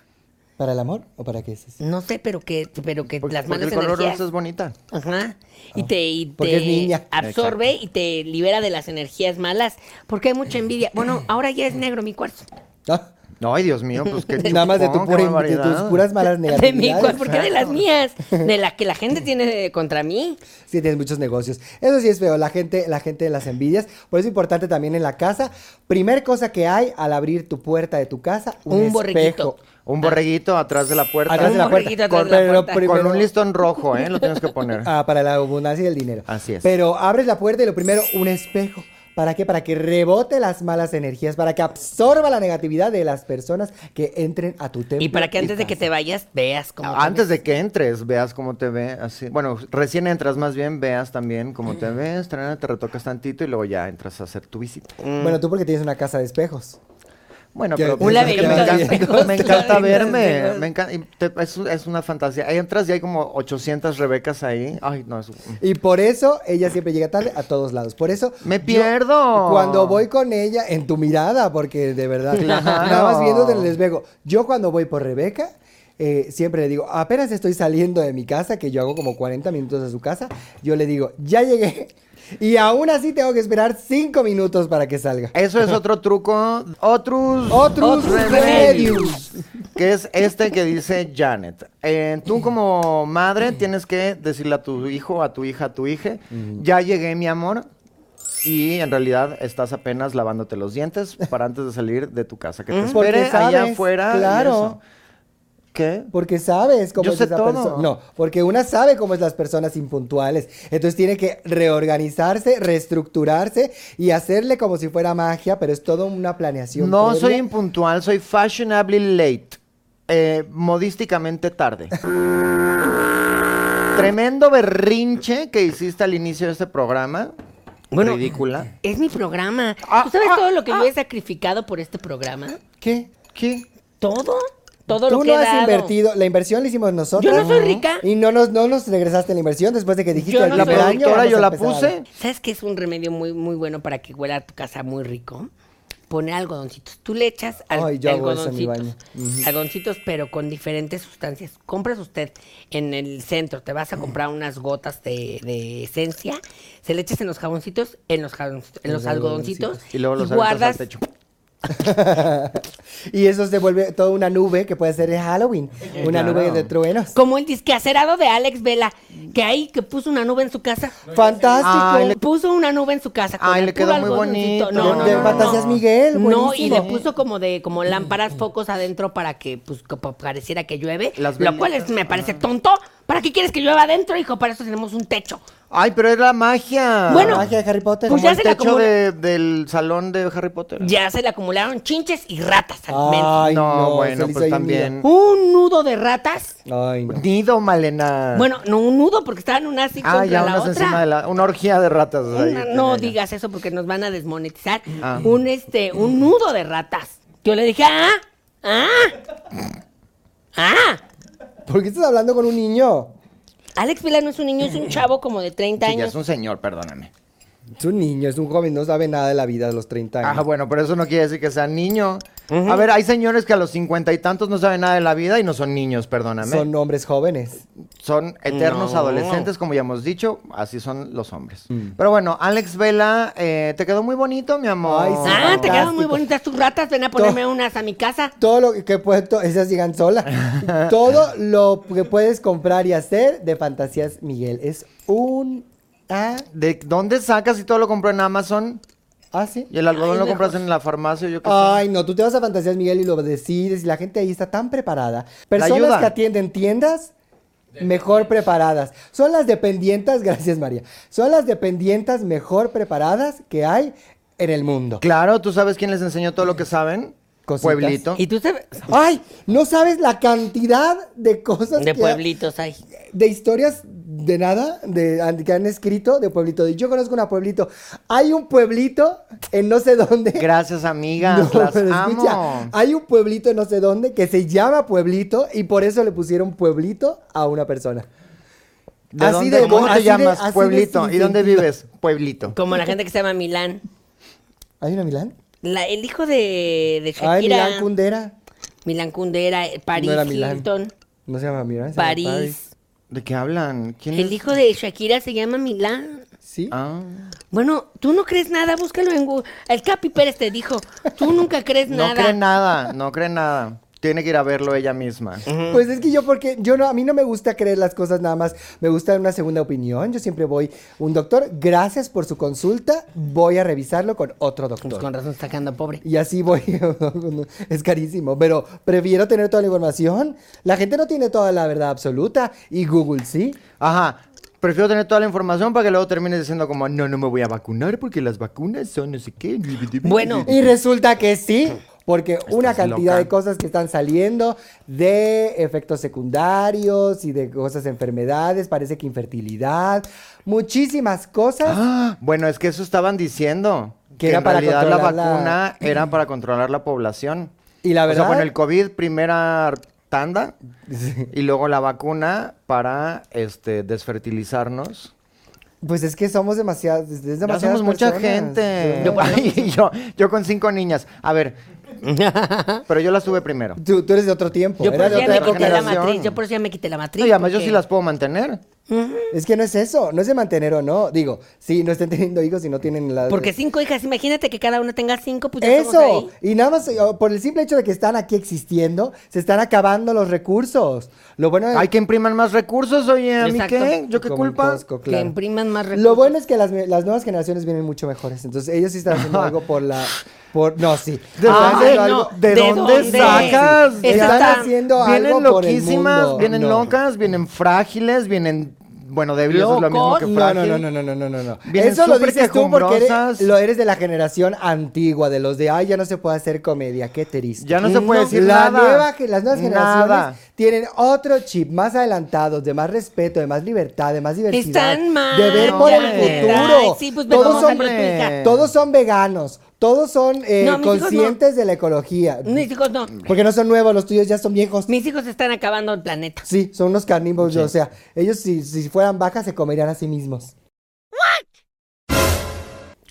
Speaker 1: ¿Para el amor o para qué es eso?
Speaker 3: No sé, pero que, pero que
Speaker 2: Porque,
Speaker 3: las
Speaker 2: porque
Speaker 3: malas
Speaker 2: el color
Speaker 3: energías.
Speaker 2: rosa es bonita.
Speaker 3: Ajá. Y te, y
Speaker 1: Ah. Porque es
Speaker 3: te
Speaker 1: niña.
Speaker 3: absorbe y te libera de las energías malas. Porque hay mucha envidia. Bueno, ahora ya es negro mi cuarzo.
Speaker 1: Ah,
Speaker 2: Ay, Dios mío, pues qué
Speaker 1: Nada más de, tu
Speaker 2: chupón, qué
Speaker 1: pura- de
Speaker 2: barbaridad.
Speaker 1: tus puras malas
Speaker 3: De mi
Speaker 1: negatividades.
Speaker 3: cuarzo, porque de las mías, de las que la gente tiene eh, contra mí.
Speaker 1: Sí, tienes muchos negocios. Eso sí es feo, la gente, la gente de las envidias. Por eso es importante también en la casa. Primer cosa que hay al abrir tu puerta de tu casa, un,
Speaker 3: Un borreguito.
Speaker 1: espejo.
Speaker 2: Un borreguito atrás de la puerta.
Speaker 1: Atrás de la
Speaker 3: Un
Speaker 1: puerta.
Speaker 3: borreguito atrás
Speaker 1: Con-
Speaker 3: de la
Speaker 1: pero
Speaker 3: puerta.
Speaker 1: primero-
Speaker 2: Con un listón rojo, ¿eh? Lo tienes que poner.
Speaker 1: Ah, para la abundancia del dinero.
Speaker 2: Así es.
Speaker 1: Pero abres la puerta y lo primero, un espejo. ¿Para qué? Para que rebote las malas energías, para que absorba la negatividad de las personas que entren a tu templo.
Speaker 3: Y para que antes de que
Speaker 1: casa.
Speaker 3: te vayas veas
Speaker 1: Ah,
Speaker 3: cómo. te
Speaker 2: Ah, Antes de que entres, veas cómo te ve, así. Bueno, recién entras más bien, veas también cómo te ves, tra- te retocas tantito y luego ya entras a hacer tu visita.
Speaker 1: Bueno, tú porque tienes una casa de espejos.
Speaker 2: Bueno,
Speaker 1: Ya-
Speaker 2: pero
Speaker 1: Un
Speaker 2: pues,
Speaker 1: laberinto
Speaker 2: me
Speaker 1: de
Speaker 2: encanta,
Speaker 3: espejos,
Speaker 2: me encanta
Speaker 3: laberinto de
Speaker 2: verme,
Speaker 3: espejos.
Speaker 2: me encanta, y te- es, es una fantasía. Ahí entras y hay como 800 Rebecas ahí. Ay, no, es... mm.
Speaker 1: Y por eso ella siempre llega tarde a todos lados. Por eso.
Speaker 2: ¡Me
Speaker 1: yo-
Speaker 2: pierdo!
Speaker 1: cuando voy con ella, en tu mirada, porque de verdad.
Speaker 2: Claro.
Speaker 1: Nada más viéndote en el espejo. Yo cuando voy por Rebeca. eh, siempre le digo, apenas estoy saliendo de mi casa, que yo hago como 40 minutos a su casa, yo le digo, ya llegué. Y aún así tengo que esperar 5 minutos para que salga.
Speaker 2: Eso es otro truco. Otros,
Speaker 1: Otros remedios.
Speaker 2: Que es este que dice Janet. Eh, tú como madre tienes que decirle a tu hijo, a tu hija, a tu hija, ya llegué mi amor. Y en realidad estás apenas lavándote los dientes para antes de salir de tu casa. Que te
Speaker 1: Porque
Speaker 2: espere allá
Speaker 1: sabes,
Speaker 2: afuera. y
Speaker 1: claro.
Speaker 2: eso. ¿Qué?
Speaker 1: Porque sabes cómo
Speaker 2: Yo
Speaker 1: es
Speaker 2: sé
Speaker 1: esa
Speaker 2: todo.
Speaker 1: persona. No, porque una sabe cómo es las personas impuntuales. Entonces tiene que reorganizarse, reestructurarse y hacerle como si fuera magia, pero es toda una planeación.
Speaker 2: No
Speaker 1: previa.
Speaker 2: soy impuntual, soy fashionably late. Eh, modísticamente tarde. Tremendo berrinche que hiciste al inicio de este programa.
Speaker 3: Bueno.
Speaker 2: Ridícula.
Speaker 3: Es mi programa.
Speaker 2: Ah,
Speaker 3: ¿Tú sabes
Speaker 2: ah,
Speaker 3: todo lo que yo he sacrificado por este programa?
Speaker 1: ¿Qué?
Speaker 2: ¿Qué?
Speaker 3: ¿Todo? Todo lo
Speaker 1: Tú
Speaker 3: que
Speaker 1: no
Speaker 3: he
Speaker 1: has
Speaker 3: dado.
Speaker 1: invertido, la inversión la hicimos nosotros.
Speaker 3: Yo no soy rica.
Speaker 1: Y no nos, no nos regresaste la inversión después de que dijiste
Speaker 3: Yo
Speaker 1: el
Speaker 3: no
Speaker 2: La
Speaker 3: soy
Speaker 1: primer
Speaker 3: rica.
Speaker 1: año
Speaker 2: productora
Speaker 1: vamos
Speaker 2: yo
Speaker 1: a
Speaker 2: la
Speaker 1: empezar
Speaker 2: puse.
Speaker 3: ¿Sabes qué es un remedio muy, muy bueno para que huela tu casa muy rico? Poner algodoncitos. Tú le echas al,
Speaker 1: Ay, yo hago eso en mi
Speaker 3: algodoncitos. Algodoncitos, pero con diferentes sustancias. Compras usted en el centro, te vas a comprar unas gotas de, de esencia, se le echas en los jaboncitos, en los, jabon- en los,
Speaker 1: los
Speaker 3: algodoncitos,
Speaker 1: algodoncitos.
Speaker 2: Y luego los aventas al
Speaker 3: guardas
Speaker 2: techo.
Speaker 1: y eso se vuelve toda una nube que puede ser de Halloween. Una
Speaker 2: claro.
Speaker 1: nube de truenos.
Speaker 3: Como el disquacerado de Alex Vela, que ahí que puso una nube en su casa.
Speaker 1: Fantástico.
Speaker 2: Ay, le-
Speaker 3: Puso una nube en su casa. con
Speaker 2: Ay,
Speaker 3: el
Speaker 2: le
Speaker 3: puro
Speaker 2: quedó muy
Speaker 3: algodoncito.
Speaker 2: bonito.
Speaker 3: No, no,
Speaker 1: de
Speaker 3: no, no.
Speaker 1: Fantasías Miguel.
Speaker 3: No, y le
Speaker 1: buenísimo.
Speaker 3: puso como de como lámparas, focos adentro para que pues que pa- pareciera que llueve,
Speaker 2: Las
Speaker 3: lo cual es- me parece tonto. ¿Para qué quieres que llueva adentro, hijo? Para eso tenemos un techo.
Speaker 2: Ay, pero es la magia.
Speaker 1: La
Speaker 3: Bueno,
Speaker 1: magia de Harry Potter.
Speaker 3: pues
Speaker 2: como
Speaker 3: ya
Speaker 2: el
Speaker 3: se la
Speaker 2: techo
Speaker 3: acumula-
Speaker 2: de- del salón de Harry Potter.
Speaker 3: Ya se le acumularon chinches y ratas al menso.
Speaker 1: Ay,
Speaker 2: No,
Speaker 1: no,
Speaker 2: bueno,
Speaker 1: se le hizo
Speaker 2: pues
Speaker 1: ahí un
Speaker 2: también. Pues
Speaker 3: Un nudo de ratas.
Speaker 1: nido. Ay, no.
Speaker 2: Nido, Malena.
Speaker 3: Bueno, no un nudo porque estaban una así
Speaker 2: Ah,
Speaker 3: contra
Speaker 2: ya
Speaker 3: la
Speaker 2: unas
Speaker 3: otra.
Speaker 2: encima de la. Una orgía de ratas. ahí
Speaker 3: Una-
Speaker 2: tenía
Speaker 3: no
Speaker 2: ya.
Speaker 3: digas eso porque nos van a desmonetizar.
Speaker 2: Ah.
Speaker 3: Un este, un nudo de ratas. Yo le dije, ah, ah, ah.
Speaker 1: ¿Por qué estás hablando con un niño?
Speaker 3: Alex Vila no es un niño, es un chavo como de 30
Speaker 2: Sí, ya
Speaker 3: años.
Speaker 2: es un señor, perdóname.
Speaker 1: Es un niño, es un joven, no sabe nada de la vida a los 30 años.
Speaker 2: Ah, bueno, pero eso no quiere decir que sea niño. A ver, hay señores que a los cincuenta y tantos no saben nada de la vida y no son niños, perdóname.
Speaker 1: Son
Speaker 2: Son,
Speaker 1: hombres jóvenes.
Speaker 2: eternos
Speaker 3: No.
Speaker 2: adolescentes, como ya hemos dicho, así son los hombres. Pero bueno, Alex Vela, eh, te quedó muy bonito, mi amor.
Speaker 1: Ay, sí.
Speaker 3: Ah, te quedaron
Speaker 1: Fantástico.
Speaker 3: muy bonitas tus ratas, ven a ponerme unas a mi casa.
Speaker 1: Todo lo que puedes, to- esas llegan sola. Todo lo que puedes comprar y hacer de Fantasías Miguel es un. Ah,
Speaker 2: ¿De dónde sacas si todo lo compró en Amazon?
Speaker 1: ah, sí.
Speaker 2: ¿Y el algodón
Speaker 3: Ay,
Speaker 2: lo
Speaker 3: mejor.
Speaker 2: compras en la farmacia? Yo qué sé.
Speaker 1: Ay, no, tú te vas a Fantasías Miguel y lo decides y la gente ahí está tan preparada. Personas
Speaker 2: ayudan.
Speaker 1: que atienden tiendas mejor preparadas. Son las dependientas, gracias María, son las dependientas mejor preparadas que hay en el mundo.
Speaker 2: Claro, ¿tú sabes quién les enseñó todo lo que saben?
Speaker 1: Cositas.
Speaker 2: Pueblito.
Speaker 3: Y tú sabes,
Speaker 1: Ay, no sabes la cantidad de cosas
Speaker 3: de
Speaker 1: que ha-
Speaker 3: pueblitos hay.
Speaker 1: de historias de nada de, an- que han escrito de pueblito. Yo conozco una pueblito. Hay un pueblito en no sé dónde.
Speaker 2: Gracias, amigas.
Speaker 1: No,
Speaker 2: las
Speaker 1: pero
Speaker 2: amo.
Speaker 1: escucha, hay un pueblito en no sé dónde que se llama Pueblito y por eso le pusieron Pueblito a una persona.
Speaker 2: ¿De
Speaker 1: así
Speaker 2: dónde-
Speaker 1: de bo-
Speaker 2: ¿Cómo te
Speaker 1: así de-
Speaker 2: llamas?
Speaker 1: así de
Speaker 2: Pueblito. ¿Y
Speaker 1: sin
Speaker 2: dónde
Speaker 1: sentido.
Speaker 2: vives? Pueblito.
Speaker 3: Como la gente que se llama Milán.
Speaker 1: ¿Hay una Milán?
Speaker 3: La- el hijo de, de Shakira.
Speaker 1: Ay, Milán Kundera.
Speaker 3: Milán Kundera, eh, Paris
Speaker 1: no era Milán.
Speaker 3: Hilton.
Speaker 1: No se llama Milán. se llama
Speaker 3: París.
Speaker 2: ¿De qué hablan? ¿Quién es?
Speaker 3: El hijo de Shakira se llama Milán.
Speaker 1: Sí.
Speaker 2: Ah.
Speaker 3: Bueno, tú no crees nada, búscalo en Google. El Capi Pérez te dijo, tú nunca crees
Speaker 2: No
Speaker 3: nada.
Speaker 2: cree nada, no cree nada. Tiene que ir a verlo ella misma.
Speaker 1: Pues es que yo porque yo no a mí no me gusta creer las cosas nada más, me gusta una segunda opinión. Yo siempre voy un doctor, gracias por su consulta, voy a revisarlo con otro
Speaker 3: Pues
Speaker 1: doctor.
Speaker 3: con razón está quedando pobre.
Speaker 1: Y así voy. es carísimo, pero prefiero tener toda la información. La gente no tiene toda la verdad absoluta y Google sí.
Speaker 2: Ajá. Prefiero tener toda la información para que luego termines diciendo como, no, no me voy a vacunar porque las vacunas son no sé qué.
Speaker 3: Bueno.
Speaker 1: Y resulta que sí, porque una cantidad
Speaker 2: loca.
Speaker 1: de cosas que están saliendo de efectos secundarios y de cosas enfermedades, parece que infertilidad, muchísimas cosas.
Speaker 2: Ah, bueno, es que eso estaban diciendo.
Speaker 1: Que
Speaker 2: Que,
Speaker 1: era
Speaker 2: en
Speaker 1: para
Speaker 2: realidad la
Speaker 1: controlar la-
Speaker 2: vacuna era para controlar la población.
Speaker 1: Y la
Speaker 2: O sea,
Speaker 1: verdad-
Speaker 2: bueno, el COVID, primera tanda, y luego la vacuna para este desfertilizarnos.
Speaker 1: Pues es que somos demasiadas, es
Speaker 2: Ya
Speaker 1: demasiadas
Speaker 2: somos mucha
Speaker 1: personas.
Speaker 2: gente.
Speaker 1: Sí.
Speaker 2: Yo, ay, yo, yo con cinco niñas. A ver, pero yo las tuve primero.
Speaker 1: Tú, tú eres de otro tiempo,
Speaker 3: Yo por
Speaker 1: eras
Speaker 3: eso
Speaker 1: de
Speaker 3: ya
Speaker 1: otra
Speaker 3: me quité
Speaker 1: época.
Speaker 3: la
Speaker 2: generación.
Speaker 3: matriz. Yo por eso ya me quité la matriz.
Speaker 2: No, y además yo
Speaker 3: porque-
Speaker 2: sí las puedo mantener.
Speaker 1: Es que no es eso, no es de mantener o no. Digo, si no estén teniendo hijos y no tienen la...
Speaker 3: Porque cinco hijas, imagínate que cada una tenga cinco, pues ya somos
Speaker 1: Eso,
Speaker 3: ahí.
Speaker 1: y nada más eh, por el simple hecho de que están aquí existiendo, se están acabando los recursos. Lo bueno es
Speaker 2: Hay que impriman más recursos, oye, ¿a mí
Speaker 3: Exacto.
Speaker 2: qué? ¿Yo qué
Speaker 1: Como en
Speaker 2: culpa?
Speaker 1: Costco,
Speaker 3: Que
Speaker 1: claro.
Speaker 3: impriman más recursos.
Speaker 1: Lo bueno es que las, las nuevas generaciones vienen mucho mejores, entonces ellos sí están haciendo algo por la por no, sí.
Speaker 2: ¿De
Speaker 1: Están haciendo
Speaker 2: dónde?
Speaker 3: Ay,
Speaker 1: algo-
Speaker 3: no.
Speaker 2: ¿De,
Speaker 3: ¿De
Speaker 2: dónde,
Speaker 3: dónde?
Speaker 2: sacas?
Speaker 1: Sí.
Speaker 3: Eso
Speaker 1: Están
Speaker 3: está-
Speaker 1: haciendo algo
Speaker 2: Vienen
Speaker 1: por el
Speaker 2: loquísimas,
Speaker 1: mundo.
Speaker 2: vienen
Speaker 1: No.
Speaker 2: locas, vienen frágiles, vienen, bueno, débiles es lo mismo que
Speaker 1: No,
Speaker 3: Locos.
Speaker 1: no,
Speaker 2: frágil.
Speaker 1: no, no, no, no, no, no, no.
Speaker 2: Vienen
Speaker 1: Eso lo
Speaker 2: súper
Speaker 1: dices tú porque eres,
Speaker 2: quejumbrosas.
Speaker 1: lo eres de la generación antigua, de los de, ay, ya no se puede hacer comedia, qué triste.
Speaker 2: Ya no se puede decir
Speaker 1: la
Speaker 2: nada.
Speaker 1: nueva ge- las nuevas
Speaker 2: Nada.
Speaker 1: generaciones tienen otro chip más adelantados, de más respeto, de más libertad, de más diversidad.
Speaker 3: Están mal.
Speaker 1: De ver por el
Speaker 2: Ay,
Speaker 1: futuro.
Speaker 3: sí, pues,
Speaker 1: todos,
Speaker 3: vamos a
Speaker 1: son,
Speaker 3: ver tu hija.
Speaker 1: todos son veganos, todos son eh,
Speaker 3: No, mis hijos no.
Speaker 1: conscientes de la ecología.
Speaker 3: Mis hijos no.
Speaker 1: Porque no son nuevos, los tuyos ya son viejos.
Speaker 3: Mis hijos están acabando el planeta.
Speaker 1: Sí, son unos carnívoros, o sea, ellos si, si fueran vacas se comerían a sí mismos.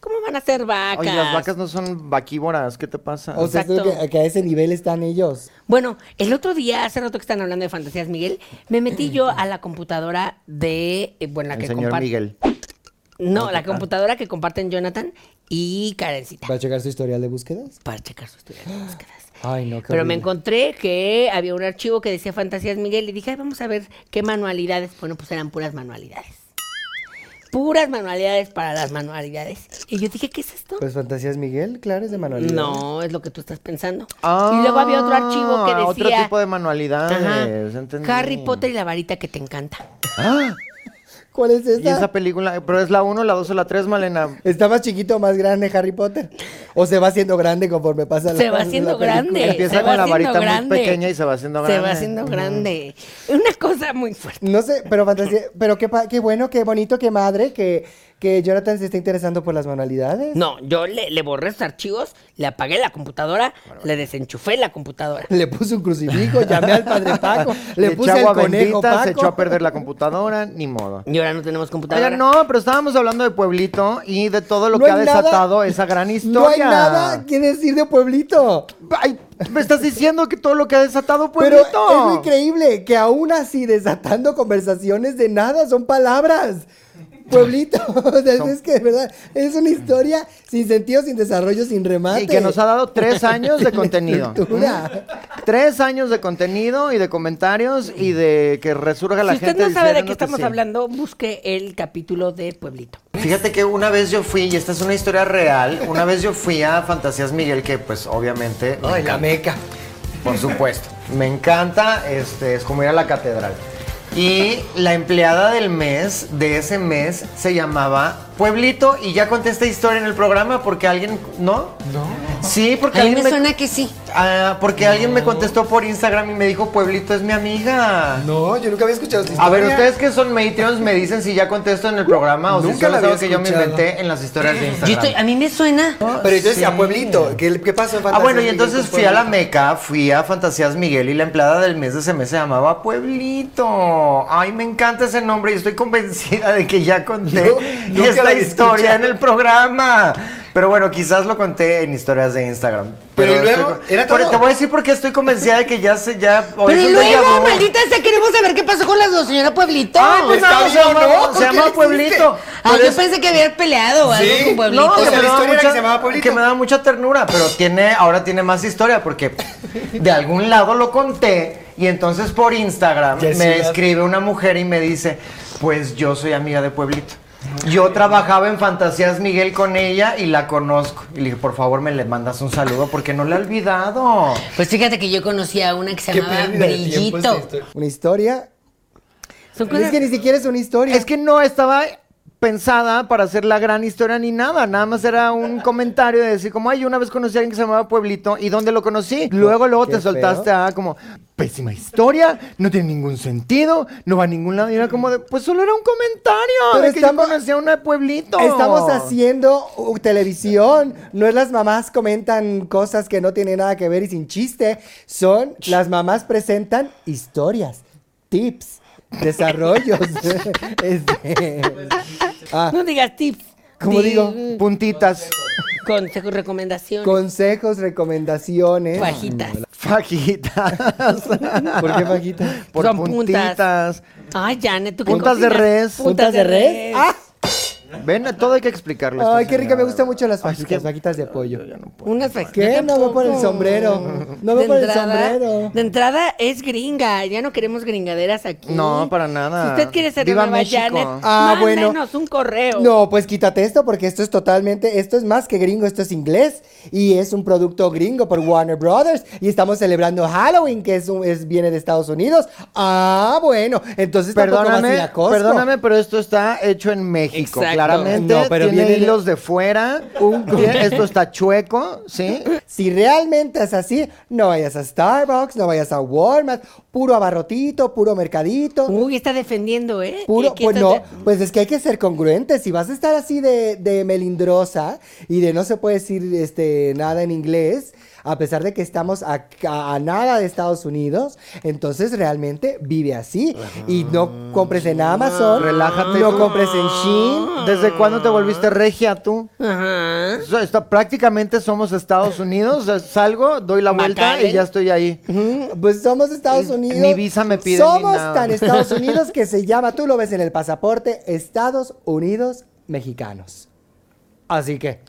Speaker 3: ¿Cómo van a ser vacas?
Speaker 2: Oye, las vacas no son vaquívoras, ¿qué te pasa?
Speaker 1: Ah, O sea,
Speaker 3: Exacto.
Speaker 1: que, que a ese nivel están ellos.
Speaker 3: Bueno, el otro día, hace rato que están hablando de fantasías, Miguel, me metí yo a la computadora de, eh, bueno, la
Speaker 2: el
Speaker 3: que
Speaker 2: señor
Speaker 3: comparte.
Speaker 2: Miguel. ah.
Speaker 3: No, la computadora que comparten Jonathan y Karencita.
Speaker 1: ¿Para checar su historial de búsquedas?
Speaker 3: Para checar sus historial de búsquedas.
Speaker 1: Ay, no, qué
Speaker 3: Pero
Speaker 1: horrible.
Speaker 3: me encontré que había un archivo que decía Fantasías Miguel y dije, Ay, vamos a ver qué manualidades. Bueno, pues eran puras manualidades. Puras manualidades para las manualidades. Y yo dije, ¿qué es esto?
Speaker 1: Pues Fantasías Miguel, claro, es de manualidad.
Speaker 3: No, es lo que tú estás pensando.
Speaker 2: Ah,
Speaker 3: y luego había otro archivo que decía...
Speaker 2: Otro tipo de
Speaker 3: Ajá,
Speaker 2: manualidades. entendí.
Speaker 3: Harry Potter y la varita que te encanta.
Speaker 2: Ah,
Speaker 1: ¿Cuál es
Speaker 2: y
Speaker 1: esa?
Speaker 2: esa película, pero es la 1, la 2 o la 3, Malena.
Speaker 1: ¿Está más chiquito o más grande Harry Potter? ¿O se va haciendo grande conforme pasa la
Speaker 3: Se va
Speaker 1: la
Speaker 3: haciendo
Speaker 1: película?
Speaker 3: grande.
Speaker 2: Empieza
Speaker 3: se va
Speaker 2: con la
Speaker 3: haciendo
Speaker 2: varita muy
Speaker 3: grande.
Speaker 2: pequeña y se va haciendo
Speaker 3: Se va
Speaker 2: grande.
Speaker 3: haciendo grande. Una cosa muy fuerte.
Speaker 1: No sé, pero fantasía, pero qué, pa- qué bueno, qué bonito, qué madre que, que Jonathan se está interesando por las manualidades.
Speaker 3: No, yo le, le borré esos archivos, le apagué la computadora, le desenchufé la computadora.
Speaker 1: Le puse un crucifijo, llamé al padre Paco, le
Speaker 2: echó
Speaker 1: puse el
Speaker 2: agua
Speaker 1: conejo
Speaker 2: bendita,
Speaker 1: Paco.
Speaker 2: se echó a perder la computadora, ni modo.
Speaker 3: Y ahora no tenemos computadora.
Speaker 2: Oigan, no, pero estábamos hablando de Pueblito y de todo lo
Speaker 1: No
Speaker 2: que ha
Speaker 1: hay nada-
Speaker 2: desatado esa gran historia.
Speaker 1: No hay nada que decir de Pueblito.
Speaker 2: Ay, me estás diciendo que todo lo que ha desatado pues,
Speaker 1: Pero
Speaker 2: Pueblito.
Speaker 1: es muy increíble que aún así desatando conversaciones de nada son palabras. Pueblito, o sea, es que de verdad es una historia sin sentido, sin desarrollo, sin remate.
Speaker 2: Y que nos ha dado tres años de contenido.
Speaker 1: estructura.
Speaker 2: Tres años de contenido y de comentarios y de que resurga la
Speaker 3: si usted
Speaker 2: gente.
Speaker 3: no sabe de qué
Speaker 2: diciéndote
Speaker 3: estamos
Speaker 2: sí.
Speaker 3: hablando, busque el capítulo de Pueblito.
Speaker 2: Fíjate que una vez yo fui, y esta es una historia real, una vez yo fui a Fantasías Miguel, que pues obviamente... me
Speaker 1: Ay, la
Speaker 2: encanta.
Speaker 1: meca.
Speaker 2: Por supuesto. Me encanta, este, es como ir a la catedral. Y la empleada del mes, de ese mes, se llamaba Pueblito y ya conté esta historia en el programa porque alguien, ¿no? No. Sí, porque
Speaker 5: A mí
Speaker 2: alguien
Speaker 5: me
Speaker 2: me,
Speaker 5: suena que sí.
Speaker 2: Ah, porque alguien me contestó por Instagram y me dijo Pueblito es mi amiga.
Speaker 1: No, yo nunca había escuchado esta
Speaker 2: A ver,
Speaker 1: historia.
Speaker 2: ustedes que son Matreons me dicen si ya contesto en el programa o si
Speaker 1: Nunca
Speaker 2: solo
Speaker 1: la
Speaker 2: es algo
Speaker 1: había
Speaker 2: que yo me
Speaker 1: escuchado.
Speaker 2: inventé en las historias de
Speaker 5: Yo
Speaker 2: Instagram.
Speaker 5: estoy- a mí me suena.
Speaker 1: Pero yo decía,
Speaker 2: Sí.
Speaker 1: Pueblito, ¿qué, qué pasó en
Speaker 2: Ah,
Speaker 1: Fantasías
Speaker 2: bueno, y
Speaker 1: Miguel
Speaker 2: entonces
Speaker 1: con
Speaker 2: fui a la
Speaker 1: Pueblito?
Speaker 2: Meca, fui a Fantasías Miguel y la empleada del mes de ese mes se llamaba Pueblito. Ay, me encanta ese nombre y estoy convencida de que ya conté
Speaker 1: Yo nunca la
Speaker 2: esta
Speaker 1: había
Speaker 2: historia en
Speaker 1: escuchado.
Speaker 2: el programa. Pero bueno, quizás lo conté en historias de Instagram.
Speaker 1: Pero y
Speaker 2: estoy
Speaker 1: luego,
Speaker 2: con-
Speaker 1: ¿era
Speaker 2: Por-
Speaker 1: todo?
Speaker 2: Te voy a decir porque estoy convencida de que ya se ya. o
Speaker 5: Pero
Speaker 2: es
Speaker 5: y
Speaker 2: un déjà
Speaker 5: luego,
Speaker 2: vu.
Speaker 5: maldita sea, queremos saber qué pasó con la do- señora Pueblito.
Speaker 2: Ay, pues
Speaker 1: ¿Está
Speaker 2: no, se
Speaker 1: bien o
Speaker 2: llama-
Speaker 1: no?
Speaker 2: se
Speaker 1: ¿Qué le
Speaker 2: llama
Speaker 1: hiciste?
Speaker 2: Pueblito.
Speaker 5: Ah,
Speaker 1: Pero
Speaker 5: yo
Speaker 1: es-
Speaker 5: pensé que había peleado o algo
Speaker 1: Sí.
Speaker 5: con Pueblito.
Speaker 2: No,
Speaker 1: O sea,
Speaker 2: que me
Speaker 1: la
Speaker 2: daba
Speaker 1: historia era
Speaker 2: mucha-
Speaker 1: que se llamaba Pueblito.
Speaker 2: que me daba mucha ternura, pero tiene, ahora tiene más historia porque de algún lado lo conté y entonces por Instagram
Speaker 1: Ya es
Speaker 2: me
Speaker 1: ciudad.
Speaker 2: escribe una mujer y me dice, pues yo soy amiga de Pueblito. Yo trabajaba en Fantasías Miguel con ella y la conozco. Y le dije, por favor, me le mandas un saludo porque no la he olvidado.
Speaker 5: Pues fíjate que yo conocí a una que se
Speaker 1: Qué
Speaker 5: llamaba
Speaker 1: pérdida de tiempo esta
Speaker 5: Brillito.
Speaker 1: historia. Una historia.
Speaker 3: Son
Speaker 1: Es
Speaker 3: cosas
Speaker 1: que ni siquiera es una historia.
Speaker 2: Es que no estaba pensada para hacer la gran historia ni nada, nada más era un comentario de decir como, ay, yo una vez conocí a alguien que se llamaba Pueblito y dónde lo conocí. Luego, luego
Speaker 1: Qué
Speaker 2: te soltaste a como, pésima historia, no tiene ningún sentido, no va a ningún lado. Y era como de, pues solo era un comentario
Speaker 1: Pero
Speaker 2: de que yo
Speaker 1: estamos-
Speaker 2: conocí a una de Pueblito.
Speaker 1: Estamos haciendo uh, televisión. No es las mamás comentan cosas que no tienen nada que ver y sin chiste. Son las mamás presentan historias, tips, desarrollos. Este, ah,
Speaker 3: No digas tips.
Speaker 1: ¿Cómo
Speaker 3: di-
Speaker 1: digo?
Speaker 2: Puntitas,
Speaker 3: Consejos, recomendaciones.
Speaker 1: consejos, recomendaciones.
Speaker 3: Fajitas.
Speaker 2: fajitas.
Speaker 1: ¿Por qué fajitas?
Speaker 2: Por
Speaker 3: Son puntas.
Speaker 2: puntitas.
Speaker 3: Ay, Janet, ¿tú qué
Speaker 2: Puntas de
Speaker 3: cocinas?
Speaker 2: res.
Speaker 1: ¿Puntas de res?
Speaker 3: Ah,
Speaker 2: Ven, todo hay que explicarlo. a esta
Speaker 1: Ay, qué rica,
Speaker 2: señora,
Speaker 1: me gustan
Speaker 2: de
Speaker 1: mucho las
Speaker 2: verdad. Ay, es
Speaker 1: fajitas,
Speaker 2: que-
Speaker 1: fajitas de pollo.
Speaker 3: unas fajitas.
Speaker 1: ¿Qué? No veo por el
Speaker 3: tampoco.
Speaker 1: sombrero. No veo
Speaker 3: De
Speaker 1: por el
Speaker 3: entrada-
Speaker 1: sombrero.
Speaker 3: De entrada es gringa, ya no queremos gringaderas aquí.
Speaker 2: No, para nada.
Speaker 3: Si usted quiere ser
Speaker 2: Viva
Speaker 3: la nueva
Speaker 2: México.
Speaker 3: Janet,
Speaker 1: Ah, bueno.
Speaker 3: mándenos un correo.
Speaker 1: No, pues quítate esto porque esto es totalmente, esto es más que gringo, esto es inglés y es un producto gringo por Warner Brothers y estamos celebrando Halloween que es, un- es viene de Estados Unidos. Ah, bueno, entonces tampoco vas a ir
Speaker 2: Perdóname,
Speaker 1: a Costco.
Speaker 2: perdóname, pero esto está hecho en México,
Speaker 3: Exacto.
Speaker 2: claramente.
Speaker 1: No, pero
Speaker 2: tiene
Speaker 1: viene-
Speaker 2: hilos de fuera. tiene- esto está chueco, ¿sí?
Speaker 1: Si realmente es así, no vayas a Starbucks, no vayas a Walmart, puro abarrotito, puro mercadito.
Speaker 3: Uy, está defendiendo, ¿eh?
Speaker 1: Puro,
Speaker 3: Eh, que
Speaker 1: pues
Speaker 3: esto
Speaker 1: no, pues es que hay que ser congruente. Si vas a estar así de, de melindrosa y de no se puede decir este, nada en inglés, a pesar de que estamos a, a- a nada de Estados Unidos, entonces realmente vive así. Y no compres en Amazon,
Speaker 2: Relájate
Speaker 1: no
Speaker 2: tú.
Speaker 1: compres en
Speaker 3: Ah.
Speaker 1: Shein.
Speaker 2: ¿Desde cuándo te volviste regia tú?
Speaker 3: te- Ajá.
Speaker 2: So- está- prácticamente somos Estados Unidos. eh, Salgo, doy la vuelta
Speaker 3: Macaren.
Speaker 2: y ya estoy ahí.
Speaker 1: Ujú, Pues somos Estados
Speaker 2: Ni-
Speaker 1: Unidos.
Speaker 2: ni visa me piden, ni
Speaker 1: Somos
Speaker 2: nada.
Speaker 1: tan Estados Unidos que se llama, tú lo ves en el pasaporte, Estados Unidos mexicanos. Así que,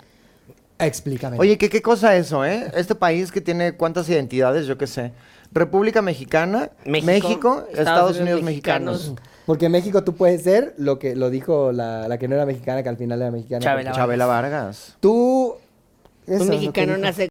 Speaker 1: explícame.
Speaker 2: Oye, ¿qué, qué cosa eso, eh? Este país que tiene cuántas identidades, yo qué sé. República Mexicana,
Speaker 3: México,
Speaker 2: México,
Speaker 3: Estados
Speaker 2: Estados, Unidos,
Speaker 3: Unidos
Speaker 2: Mexicanos.
Speaker 3: mexicanos.
Speaker 1: porque en México tú puedes ser lo que lo dijo la, la que no era mexicana, que al final era mexicana.
Speaker 3: Chabela.
Speaker 2: Chabela Vargas.
Speaker 1: Tú... eso es
Speaker 3: Un
Speaker 1: lo que
Speaker 3: mexicano
Speaker 1: dijo.
Speaker 3: nace.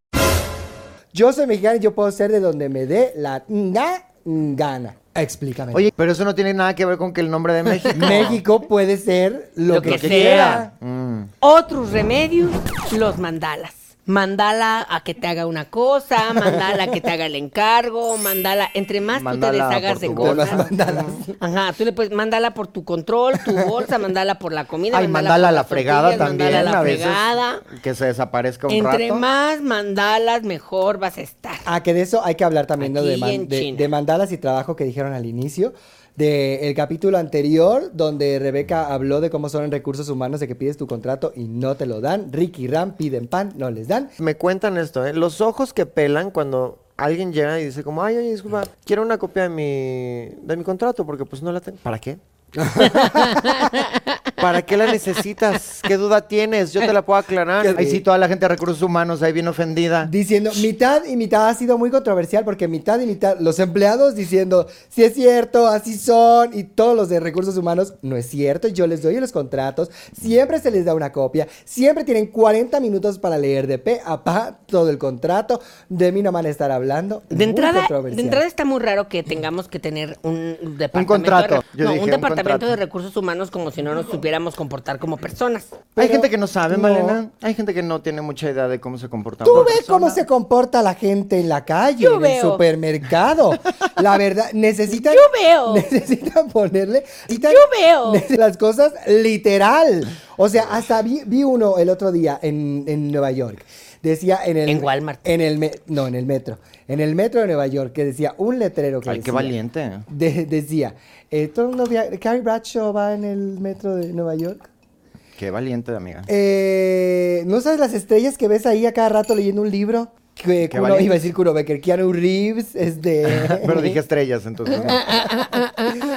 Speaker 1: Yo soy mexicana y yo puedo ser de donde me dé la nga- gana. Explícame.
Speaker 2: Oye, pero eso no tiene nada que ver con que el nombre de México.
Speaker 1: México puede ser lo,
Speaker 3: Lo
Speaker 1: que,
Speaker 3: que sea.
Speaker 1: quiera.
Speaker 2: Mm.
Speaker 3: Otros remedios, los mandalas. Mandala a que te haga una cosa, mandala a que te haga el encargo, mandala. Entre más
Speaker 2: Mandala
Speaker 3: tú te deshagas de
Speaker 2: por tu
Speaker 1: bolsa.
Speaker 3: cosas.
Speaker 1: Mandalas.
Speaker 3: Ajá, tú le puedes mandala por tu control, tu bolsa, mandala por la comida.
Speaker 2: Ay,
Speaker 3: por
Speaker 2: mandala a la
Speaker 3: las
Speaker 2: fregada
Speaker 3: tortillas,
Speaker 2: también.
Speaker 3: Mandala a la
Speaker 2: a veces,
Speaker 3: fregada.
Speaker 2: Que se desaparezca un
Speaker 3: Entre
Speaker 2: rato.
Speaker 3: más mandalas, mejor vas a estar.
Speaker 1: Ah, que de eso hay que hablar también ¿no?
Speaker 3: Aquí
Speaker 1: de, man-
Speaker 3: en
Speaker 1: de-
Speaker 3: China.
Speaker 1: de mandalas y trabajo que dijeron al inicio. Del capítulo anterior, donde Rebeca habló de cómo son en recursos humanos, de que pides tu contrato y no te lo dan. Ricky Ram piden pan, no les dan.
Speaker 2: Me cuentan esto, ¿eh? Los ojos que pelan cuando alguien llega y dice como, ay, oye, disculpa, quiero una copia de mi, de mi contrato porque pues no la tengo. ¿Para qué? ¿Para qué la necesitas? ¿Qué duda tienes? Yo te la puedo aclarar.
Speaker 1: Qué-
Speaker 2: Ahí sí, toda la gente de recursos humanos ahí bien ofendida.
Speaker 1: Diciendo mitad y mitad ha sido muy controversial porque mitad y mitad, los empleados diciendo, si es cierto, así son, y todos los de recursos humanos, no es cierto, yo les doy los contratos, siempre se les da una copia, siempre tienen 40 minutos para leer de pe a pa todo el contrato, de mí no van a estar hablando.
Speaker 3: De
Speaker 1: Muy
Speaker 3: entrada, de
Speaker 1: controversial.
Speaker 3: entrada está muy raro que tengamos que tener un departamento.
Speaker 2: contrato,
Speaker 3: de re-
Speaker 2: yo
Speaker 3: no,
Speaker 2: dije,
Speaker 3: un
Speaker 2: un
Speaker 3: departamento
Speaker 2: contrato.
Speaker 3: de recursos humanos como si no nos supiéramos comportar como personas.
Speaker 2: Hay
Speaker 1: Pero-
Speaker 2: gente que no sabe,
Speaker 1: no.
Speaker 2: Malena. Hay gente que no tiene mucha idea de cómo se comporta.
Speaker 1: Tú
Speaker 2: una
Speaker 1: ves
Speaker 2: persona.
Speaker 1: cómo se comporta la gente en la calle,
Speaker 3: Yo
Speaker 1: en el
Speaker 3: veo.
Speaker 1: supermercado. La verdad, necesitan.
Speaker 3: Yo veo.
Speaker 1: Necesitan ponerle. necesitan-
Speaker 3: Yo veo.
Speaker 1: nece- Las cosas literal. O sea, hasta vi, vi uno el otro día en, en Nueva York. Decía en el.
Speaker 3: En Walmart.
Speaker 1: En el me- no, en el metro. En el metro de Nueva York, que decía un letrero que.
Speaker 2: Ay, qué
Speaker 1: decía-
Speaker 2: valiente.
Speaker 1: de- decía, eh, todo el mundo via- Carrie Bradshaw va en el metro de Nueva York.
Speaker 2: Qué valiente, amiga.
Speaker 1: Eh, ¿No sabes las estrellas que ves ahí a cada rato leyendo un libro? Que
Speaker 2: Qué
Speaker 1: Kuno-
Speaker 2: valiente.
Speaker 1: iba a decir Kuno Becker, Keanu Reeves, este...
Speaker 2: Pero dije estrellas, entonces. no.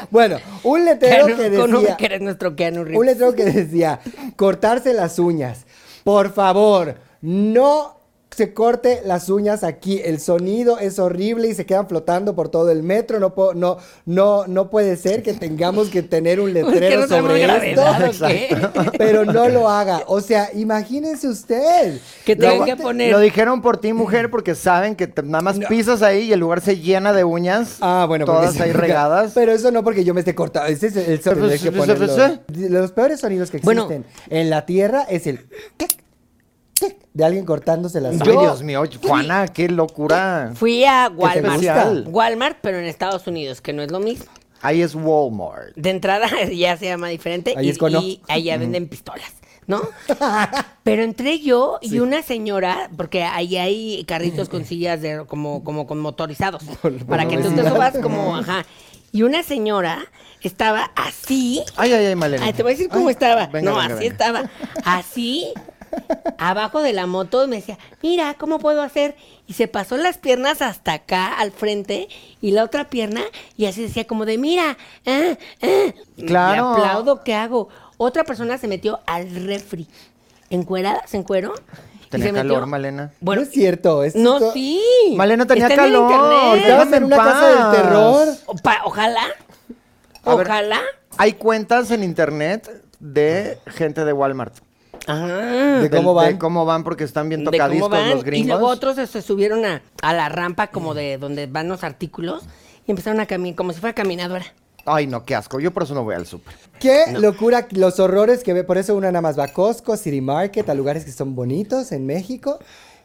Speaker 1: Bueno, un letrero
Speaker 3: Keanu-
Speaker 1: que
Speaker 3: con un-
Speaker 1: decía...
Speaker 3: que eres nuestro Keanu Reeves.
Speaker 1: Un letrero que decía, cortarse las uñas. Por favor, no se corte las uñas aquí. El sonido es horrible y se quedan flotando por todo el metro. No puedo- no, no, no puede ser que tengamos que tener un
Speaker 3: Pues,
Speaker 1: letrero
Speaker 3: ¿que no tenemos
Speaker 1: sobre esto.
Speaker 3: gravedad o qué? Exacto.
Speaker 1: Pero no lo haga. O sea, imagínense usted.
Speaker 3: Que
Speaker 1: La
Speaker 3: tengan que
Speaker 1: gente-
Speaker 3: poner.
Speaker 2: Lo dijeron por ti, mujer, porque saben que te- nada más pisas ahí y el lugar se llena de uñas.
Speaker 1: Ah, bueno, porque
Speaker 2: Todas
Speaker 1: sí,
Speaker 2: ahí
Speaker 1: porque-
Speaker 2: regadas.
Speaker 1: Pero eso no porque yo me esté cortado. Ese es el sonido
Speaker 2: Pues,
Speaker 1: que
Speaker 2: pues,
Speaker 1: ponen los,
Speaker 2: pues,
Speaker 1: los peores sonidos que
Speaker 3: Bueno.
Speaker 1: existen en la tierra es el clic, clic de alguien cortándose las
Speaker 2: Ay,
Speaker 1: uñas.
Speaker 2: Dios mío, Juana, qué locura.
Speaker 3: Fui a
Speaker 1: te
Speaker 3: Walmart.
Speaker 2: gusta?
Speaker 3: Walmart, pero en Estados Unidos, que no es lo mismo.
Speaker 2: Ahí es Walmart.
Speaker 3: De entrada ya se llama diferente
Speaker 1: Ahí
Speaker 3: y,
Speaker 1: es cono.
Speaker 3: y allá venden pistolas, ¿no? Pero entré yo y una señora, porque ahí hay carritos con sillas de, como, como con motorizados, para que tú te subas como, ajá. Y una señora estaba así.
Speaker 2: Ay, ay, ay, Malena.
Speaker 3: Ah, te voy a decir cómo estaba.
Speaker 2: venga,
Speaker 3: no,
Speaker 2: venga,
Speaker 3: así
Speaker 2: venga.
Speaker 3: estaba. Así, abajo de la moto, me decía, mira, ¿cómo puedo hacer? Y se pasó las piernas hasta acá, al frente, y la otra pierna, y así decía como de, mira, ah, ah".
Speaker 2: Claro.
Speaker 3: Le aplaudo, ¿qué hago? Otra persona se metió al refri, encuerada, se encueró. y
Speaker 2: Tenía
Speaker 3: se metió-
Speaker 2: calor, Malena.
Speaker 1: no es cierto. Es
Speaker 3: No,
Speaker 1: to-
Speaker 3: sí.
Speaker 2: Malena tenía
Speaker 3: Está en el
Speaker 2: calor,
Speaker 3: internet.
Speaker 2: estaba
Speaker 1: Estabas en una
Speaker 2: Déjame en
Speaker 1: casa
Speaker 2: paz.
Speaker 1: del terror.
Speaker 3: Opa- ojalá,
Speaker 2: A ver.
Speaker 3: ojalá.
Speaker 2: Hay cuentas en internet de gente de Walmart.
Speaker 3: Ajá.
Speaker 1: ¿De
Speaker 2: Del-
Speaker 1: cómo van?
Speaker 2: cómo van porque están bien
Speaker 3: de cómo
Speaker 2: tocadiscos
Speaker 3: van,
Speaker 2: los gringos.
Speaker 3: Y luego otros se, se subieron a, a la rampa como de donde van los artículos y empezaron a caminar, como si fuera caminadora.
Speaker 2: Ay, no, qué asco. Yo por eso no voy al súper.
Speaker 1: Qué locura, los horrores que ve. Por eso una nada más va a Costco, City Market, a lugares que son bonitos en México,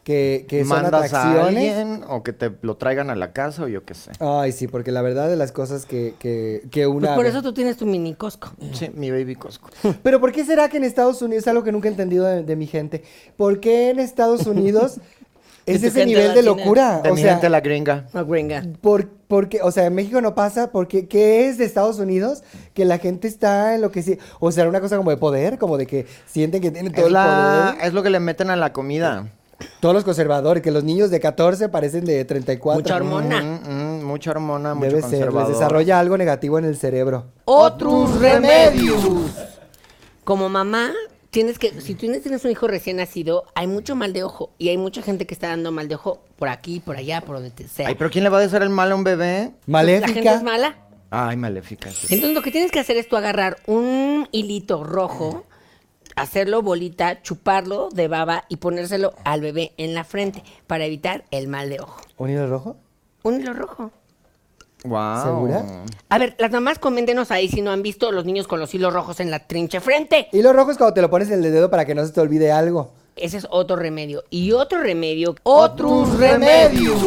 Speaker 1: que, que son
Speaker 2: Mandas a
Speaker 1: atracciones.
Speaker 2: alguien o que te lo traigan a la casa o yo qué sé.
Speaker 1: Ay, sí, porque la verdad de las cosas que, que, que
Speaker 3: Pues
Speaker 1: una.
Speaker 3: por
Speaker 1: ve.
Speaker 3: eso tú tienes tu mini Costco.
Speaker 1: Mm.
Speaker 2: Sí, mi baby Costco.
Speaker 1: Pero ¿por qué será que en Estados Unidos, es algo que nunca he entendido de, de mi gente, ¿por qué en Estados Unidos es
Speaker 3: De tu
Speaker 1: ese
Speaker 3: gente
Speaker 1: nivel de
Speaker 3: latina.
Speaker 1: locura?
Speaker 2: De
Speaker 1: o
Speaker 2: mi
Speaker 1: sea,
Speaker 2: gente la gringa.
Speaker 3: No, gringa.
Speaker 1: por, porque, o sea, en México no pasa, porque ¿qué es de Estados Unidos? Que la gente está en lo que sí, o sea, una cosa como de poder, como de que sienten que tienen todo
Speaker 2: Es,
Speaker 1: el
Speaker 2: la-
Speaker 1: poder.
Speaker 2: es lo que le meten a la comida.
Speaker 1: Todos los conservadores, que los niños de 14 parecen de 34.
Speaker 3: Mucha hormona.
Speaker 2: Mm, mm, mucha hormona, mucho
Speaker 1: Debe ser, les
Speaker 2: conservador.
Speaker 1: desarrolla algo negativo en el cerebro.
Speaker 3: Otros remedios. Como mamá, tienes que, si tú tienes un hijo recién nacido, hay mucho mal de ojo. Y hay mucha gente que está dando mal de ojo por aquí, por allá, por donde te sea.
Speaker 2: Ay, pero ¿quién le va a desear el mal a un bebé?
Speaker 3: La gente es
Speaker 1: Maléfica.
Speaker 3: mala.
Speaker 2: Ay, maléfica. sí.
Speaker 3: Entonces lo que tienes que hacer es tú agarrar un hilito rojo, hacerlo bolita, chuparlo de baba y ponérselo al bebé en la frente para evitar el mal de ojo.
Speaker 1: ¿Un hilo rojo?
Speaker 3: Un hilo rojo.
Speaker 2: Wow.
Speaker 1: ¿Segura?
Speaker 3: A ver, las mamás coméntenos ahí si no han visto los niños con los hilos rojos en la trinche frente.
Speaker 1: Hilo rojo es cuando te lo pones en el dedo para que no se te olvide algo.
Speaker 3: Ese es otro remedio. Y otro remedio, otros remedios.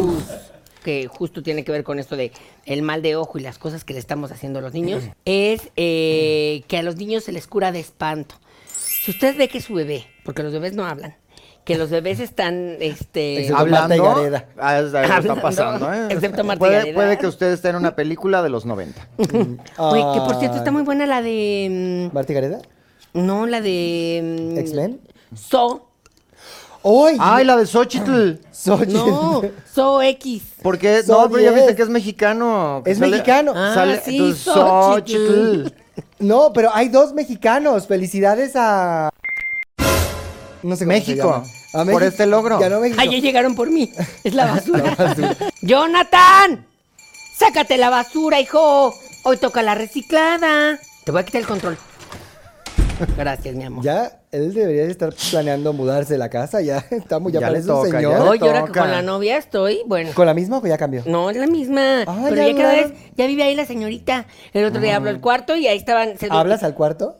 Speaker 3: Que justo tiene que ver con esto de el mal de ojo y las cosas que le estamos haciendo a los niños, es eh, que a los niños se les cura de espanto. Si usted ve que su bebé, porque los bebés no hablan, que los bebés están, este,
Speaker 1: Excepto Marta
Speaker 2: Hablando,
Speaker 1: Higareda.
Speaker 2: ah, es- ah,
Speaker 3: Hablando,
Speaker 2: está pasando, ¿eh?
Speaker 3: excepto Marta
Speaker 2: puede,
Speaker 3: Higareda.
Speaker 2: puede que usted esté en una película de los 90.
Speaker 3: Oye, que por cierto
Speaker 1: Ay.
Speaker 3: está muy buena la de,
Speaker 1: ¿Marta Gareda?
Speaker 3: mm, no, la de mm,
Speaker 1: ¿X-Men?
Speaker 3: So,
Speaker 1: ¡Ay!
Speaker 2: Ay, la de Xochitl.
Speaker 1: Soy-
Speaker 3: no, So X.
Speaker 2: ¿Por qué?
Speaker 1: Son
Speaker 2: no, pero ya viste
Speaker 1: diez.
Speaker 2: que es mexicano. que
Speaker 1: Es mexicano.
Speaker 3: Ah, sí,
Speaker 2: entonces,
Speaker 3: Xóchitl.
Speaker 2: Xóchitl.
Speaker 1: No, pero hay dos mexicanos. Felicidades a. No sé cómo se
Speaker 2: México,
Speaker 1: llama. A
Speaker 2: por este logro.
Speaker 1: Ganó México.
Speaker 3: Ay, ya llegaron por mí. Es la basura. ¡Jonathan! ¡Sácate la basura, hijo! Hoy toca la reciclada. Te voy a quitar el control. Gracias, mi amor.
Speaker 1: Ya él debería estar planeando mudarse de la casa. Ya estamos, ya,
Speaker 2: Ya le
Speaker 1: parece un
Speaker 2: toca, ya
Speaker 1: señor.
Speaker 2: le
Speaker 3: Hoy, ahora que
Speaker 2: toca.
Speaker 3: con la novia estoy, bueno.
Speaker 1: ¿Con la misma o ya cambió?
Speaker 2: Mm.
Speaker 3: No, es la misma.
Speaker 1: Ah,
Speaker 3: Pero
Speaker 1: ya
Speaker 3: ya cada vez,
Speaker 1: duraron.
Speaker 3: ya vive ahí la señorita. El otro día abro el cuarto y ahí estaban. se-
Speaker 1: ¿Hablas al cuarto?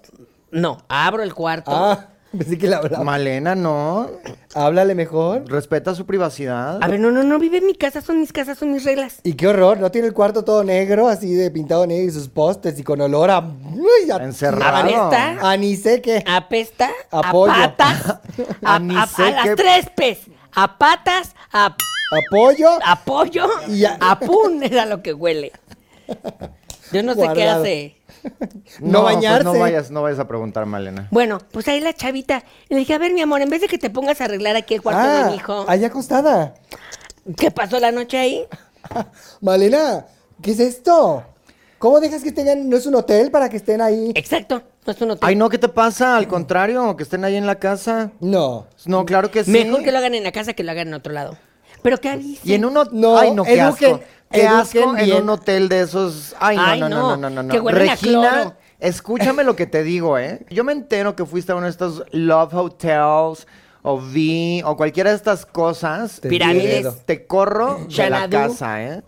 Speaker 3: No, abro el cuarto.
Speaker 1: Ah, pensé que le hablaba.
Speaker 2: Malena, no.
Speaker 1: Háblale mejor.
Speaker 2: Respeta su privacidad.
Speaker 3: A ver, no, no, no, vive en mi casa, son mis casas, son mis reglas.
Speaker 1: Y qué horror, ¿no tiene el cuarto todo negro, así de pintado negro y sus postes y con olor a... Uy, a-
Speaker 2: Encerrado.
Speaker 3: Amanesta.
Speaker 1: A ni sé qué.
Speaker 3: apesta
Speaker 1: Apoyo.
Speaker 3: a patas, a,
Speaker 2: A ni
Speaker 3: a-
Speaker 2: sé
Speaker 3: a las
Speaker 2: qué-
Speaker 3: tres pes, a patas, a
Speaker 1: Apoyo.
Speaker 3: apoyo
Speaker 1: Y
Speaker 3: y
Speaker 1: a-
Speaker 3: a, pun era lo que huele. Yo no sé qué
Speaker 1: Guardado.
Speaker 3: hace.
Speaker 1: No,
Speaker 2: pues
Speaker 1: bañarse.
Speaker 2: no vayas, no vayas a preguntar, Malena.
Speaker 3: Bueno, pues ahí la chavita. Le dije, a ver, mi amor, en vez de que te pongas a arreglar aquí el cuarto
Speaker 2: Ah,
Speaker 3: de mi hijo,
Speaker 1: Ah, allá acostada.
Speaker 3: ¿qué pasó la noche ahí?
Speaker 1: Malena, ¿qué es esto? ¿Cómo dejas que tengan... no es un hotel para que estén ahí?
Speaker 3: Exacto, pues no es un hotel.
Speaker 2: Ay, no, ¿qué te pasa? Al contrario, que estén ahí en la casa.
Speaker 1: No.
Speaker 2: No, claro que sí.
Speaker 3: Mejor que lo hagan en la casa que lo hagan en otro lado. Pero qué avisen.
Speaker 2: Y en uno,
Speaker 1: No,
Speaker 2: ay, no, qué
Speaker 1: eduquen-
Speaker 2: asco. Qué asco
Speaker 1: eduquen
Speaker 2: en
Speaker 1: bien.
Speaker 2: un hotel de esos. Ay, no,
Speaker 3: Ay,
Speaker 2: no, no,
Speaker 3: no,
Speaker 2: no, no, no.
Speaker 3: que huelen a
Speaker 2: Regina,
Speaker 3: cloro.
Speaker 2: escúchame lo que te digo, ¿eh? Yo me entero que fuiste a uno de estos love hotels o V o cualquiera de estas cosas.
Speaker 1: Te
Speaker 3: Pirámides.
Speaker 1: miedo.
Speaker 2: Te corro de la
Speaker 3: Xanadu.
Speaker 2: casa, ¿eh?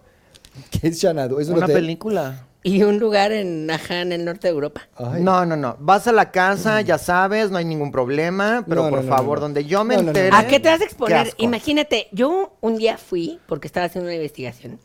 Speaker 1: ¿Qué es Xanadu? ¿Es un
Speaker 2: Una
Speaker 1: hotel?
Speaker 2: película.
Speaker 3: Y un lugar en, ajá, en el norte de Europa.
Speaker 1: Ay. Mm.
Speaker 2: No, no, no. Vas a la casa, ya sabes, no hay ningún problema, pero
Speaker 1: No, no,
Speaker 2: por
Speaker 1: no, no,
Speaker 2: favor,
Speaker 1: no.
Speaker 2: donde yo me
Speaker 1: No, no, no,
Speaker 2: entere.
Speaker 1: no.
Speaker 3: ¿A qué te vas a exponer?
Speaker 2: asco.
Speaker 3: Imagínate, yo un día fui porque estaba haciendo una investigación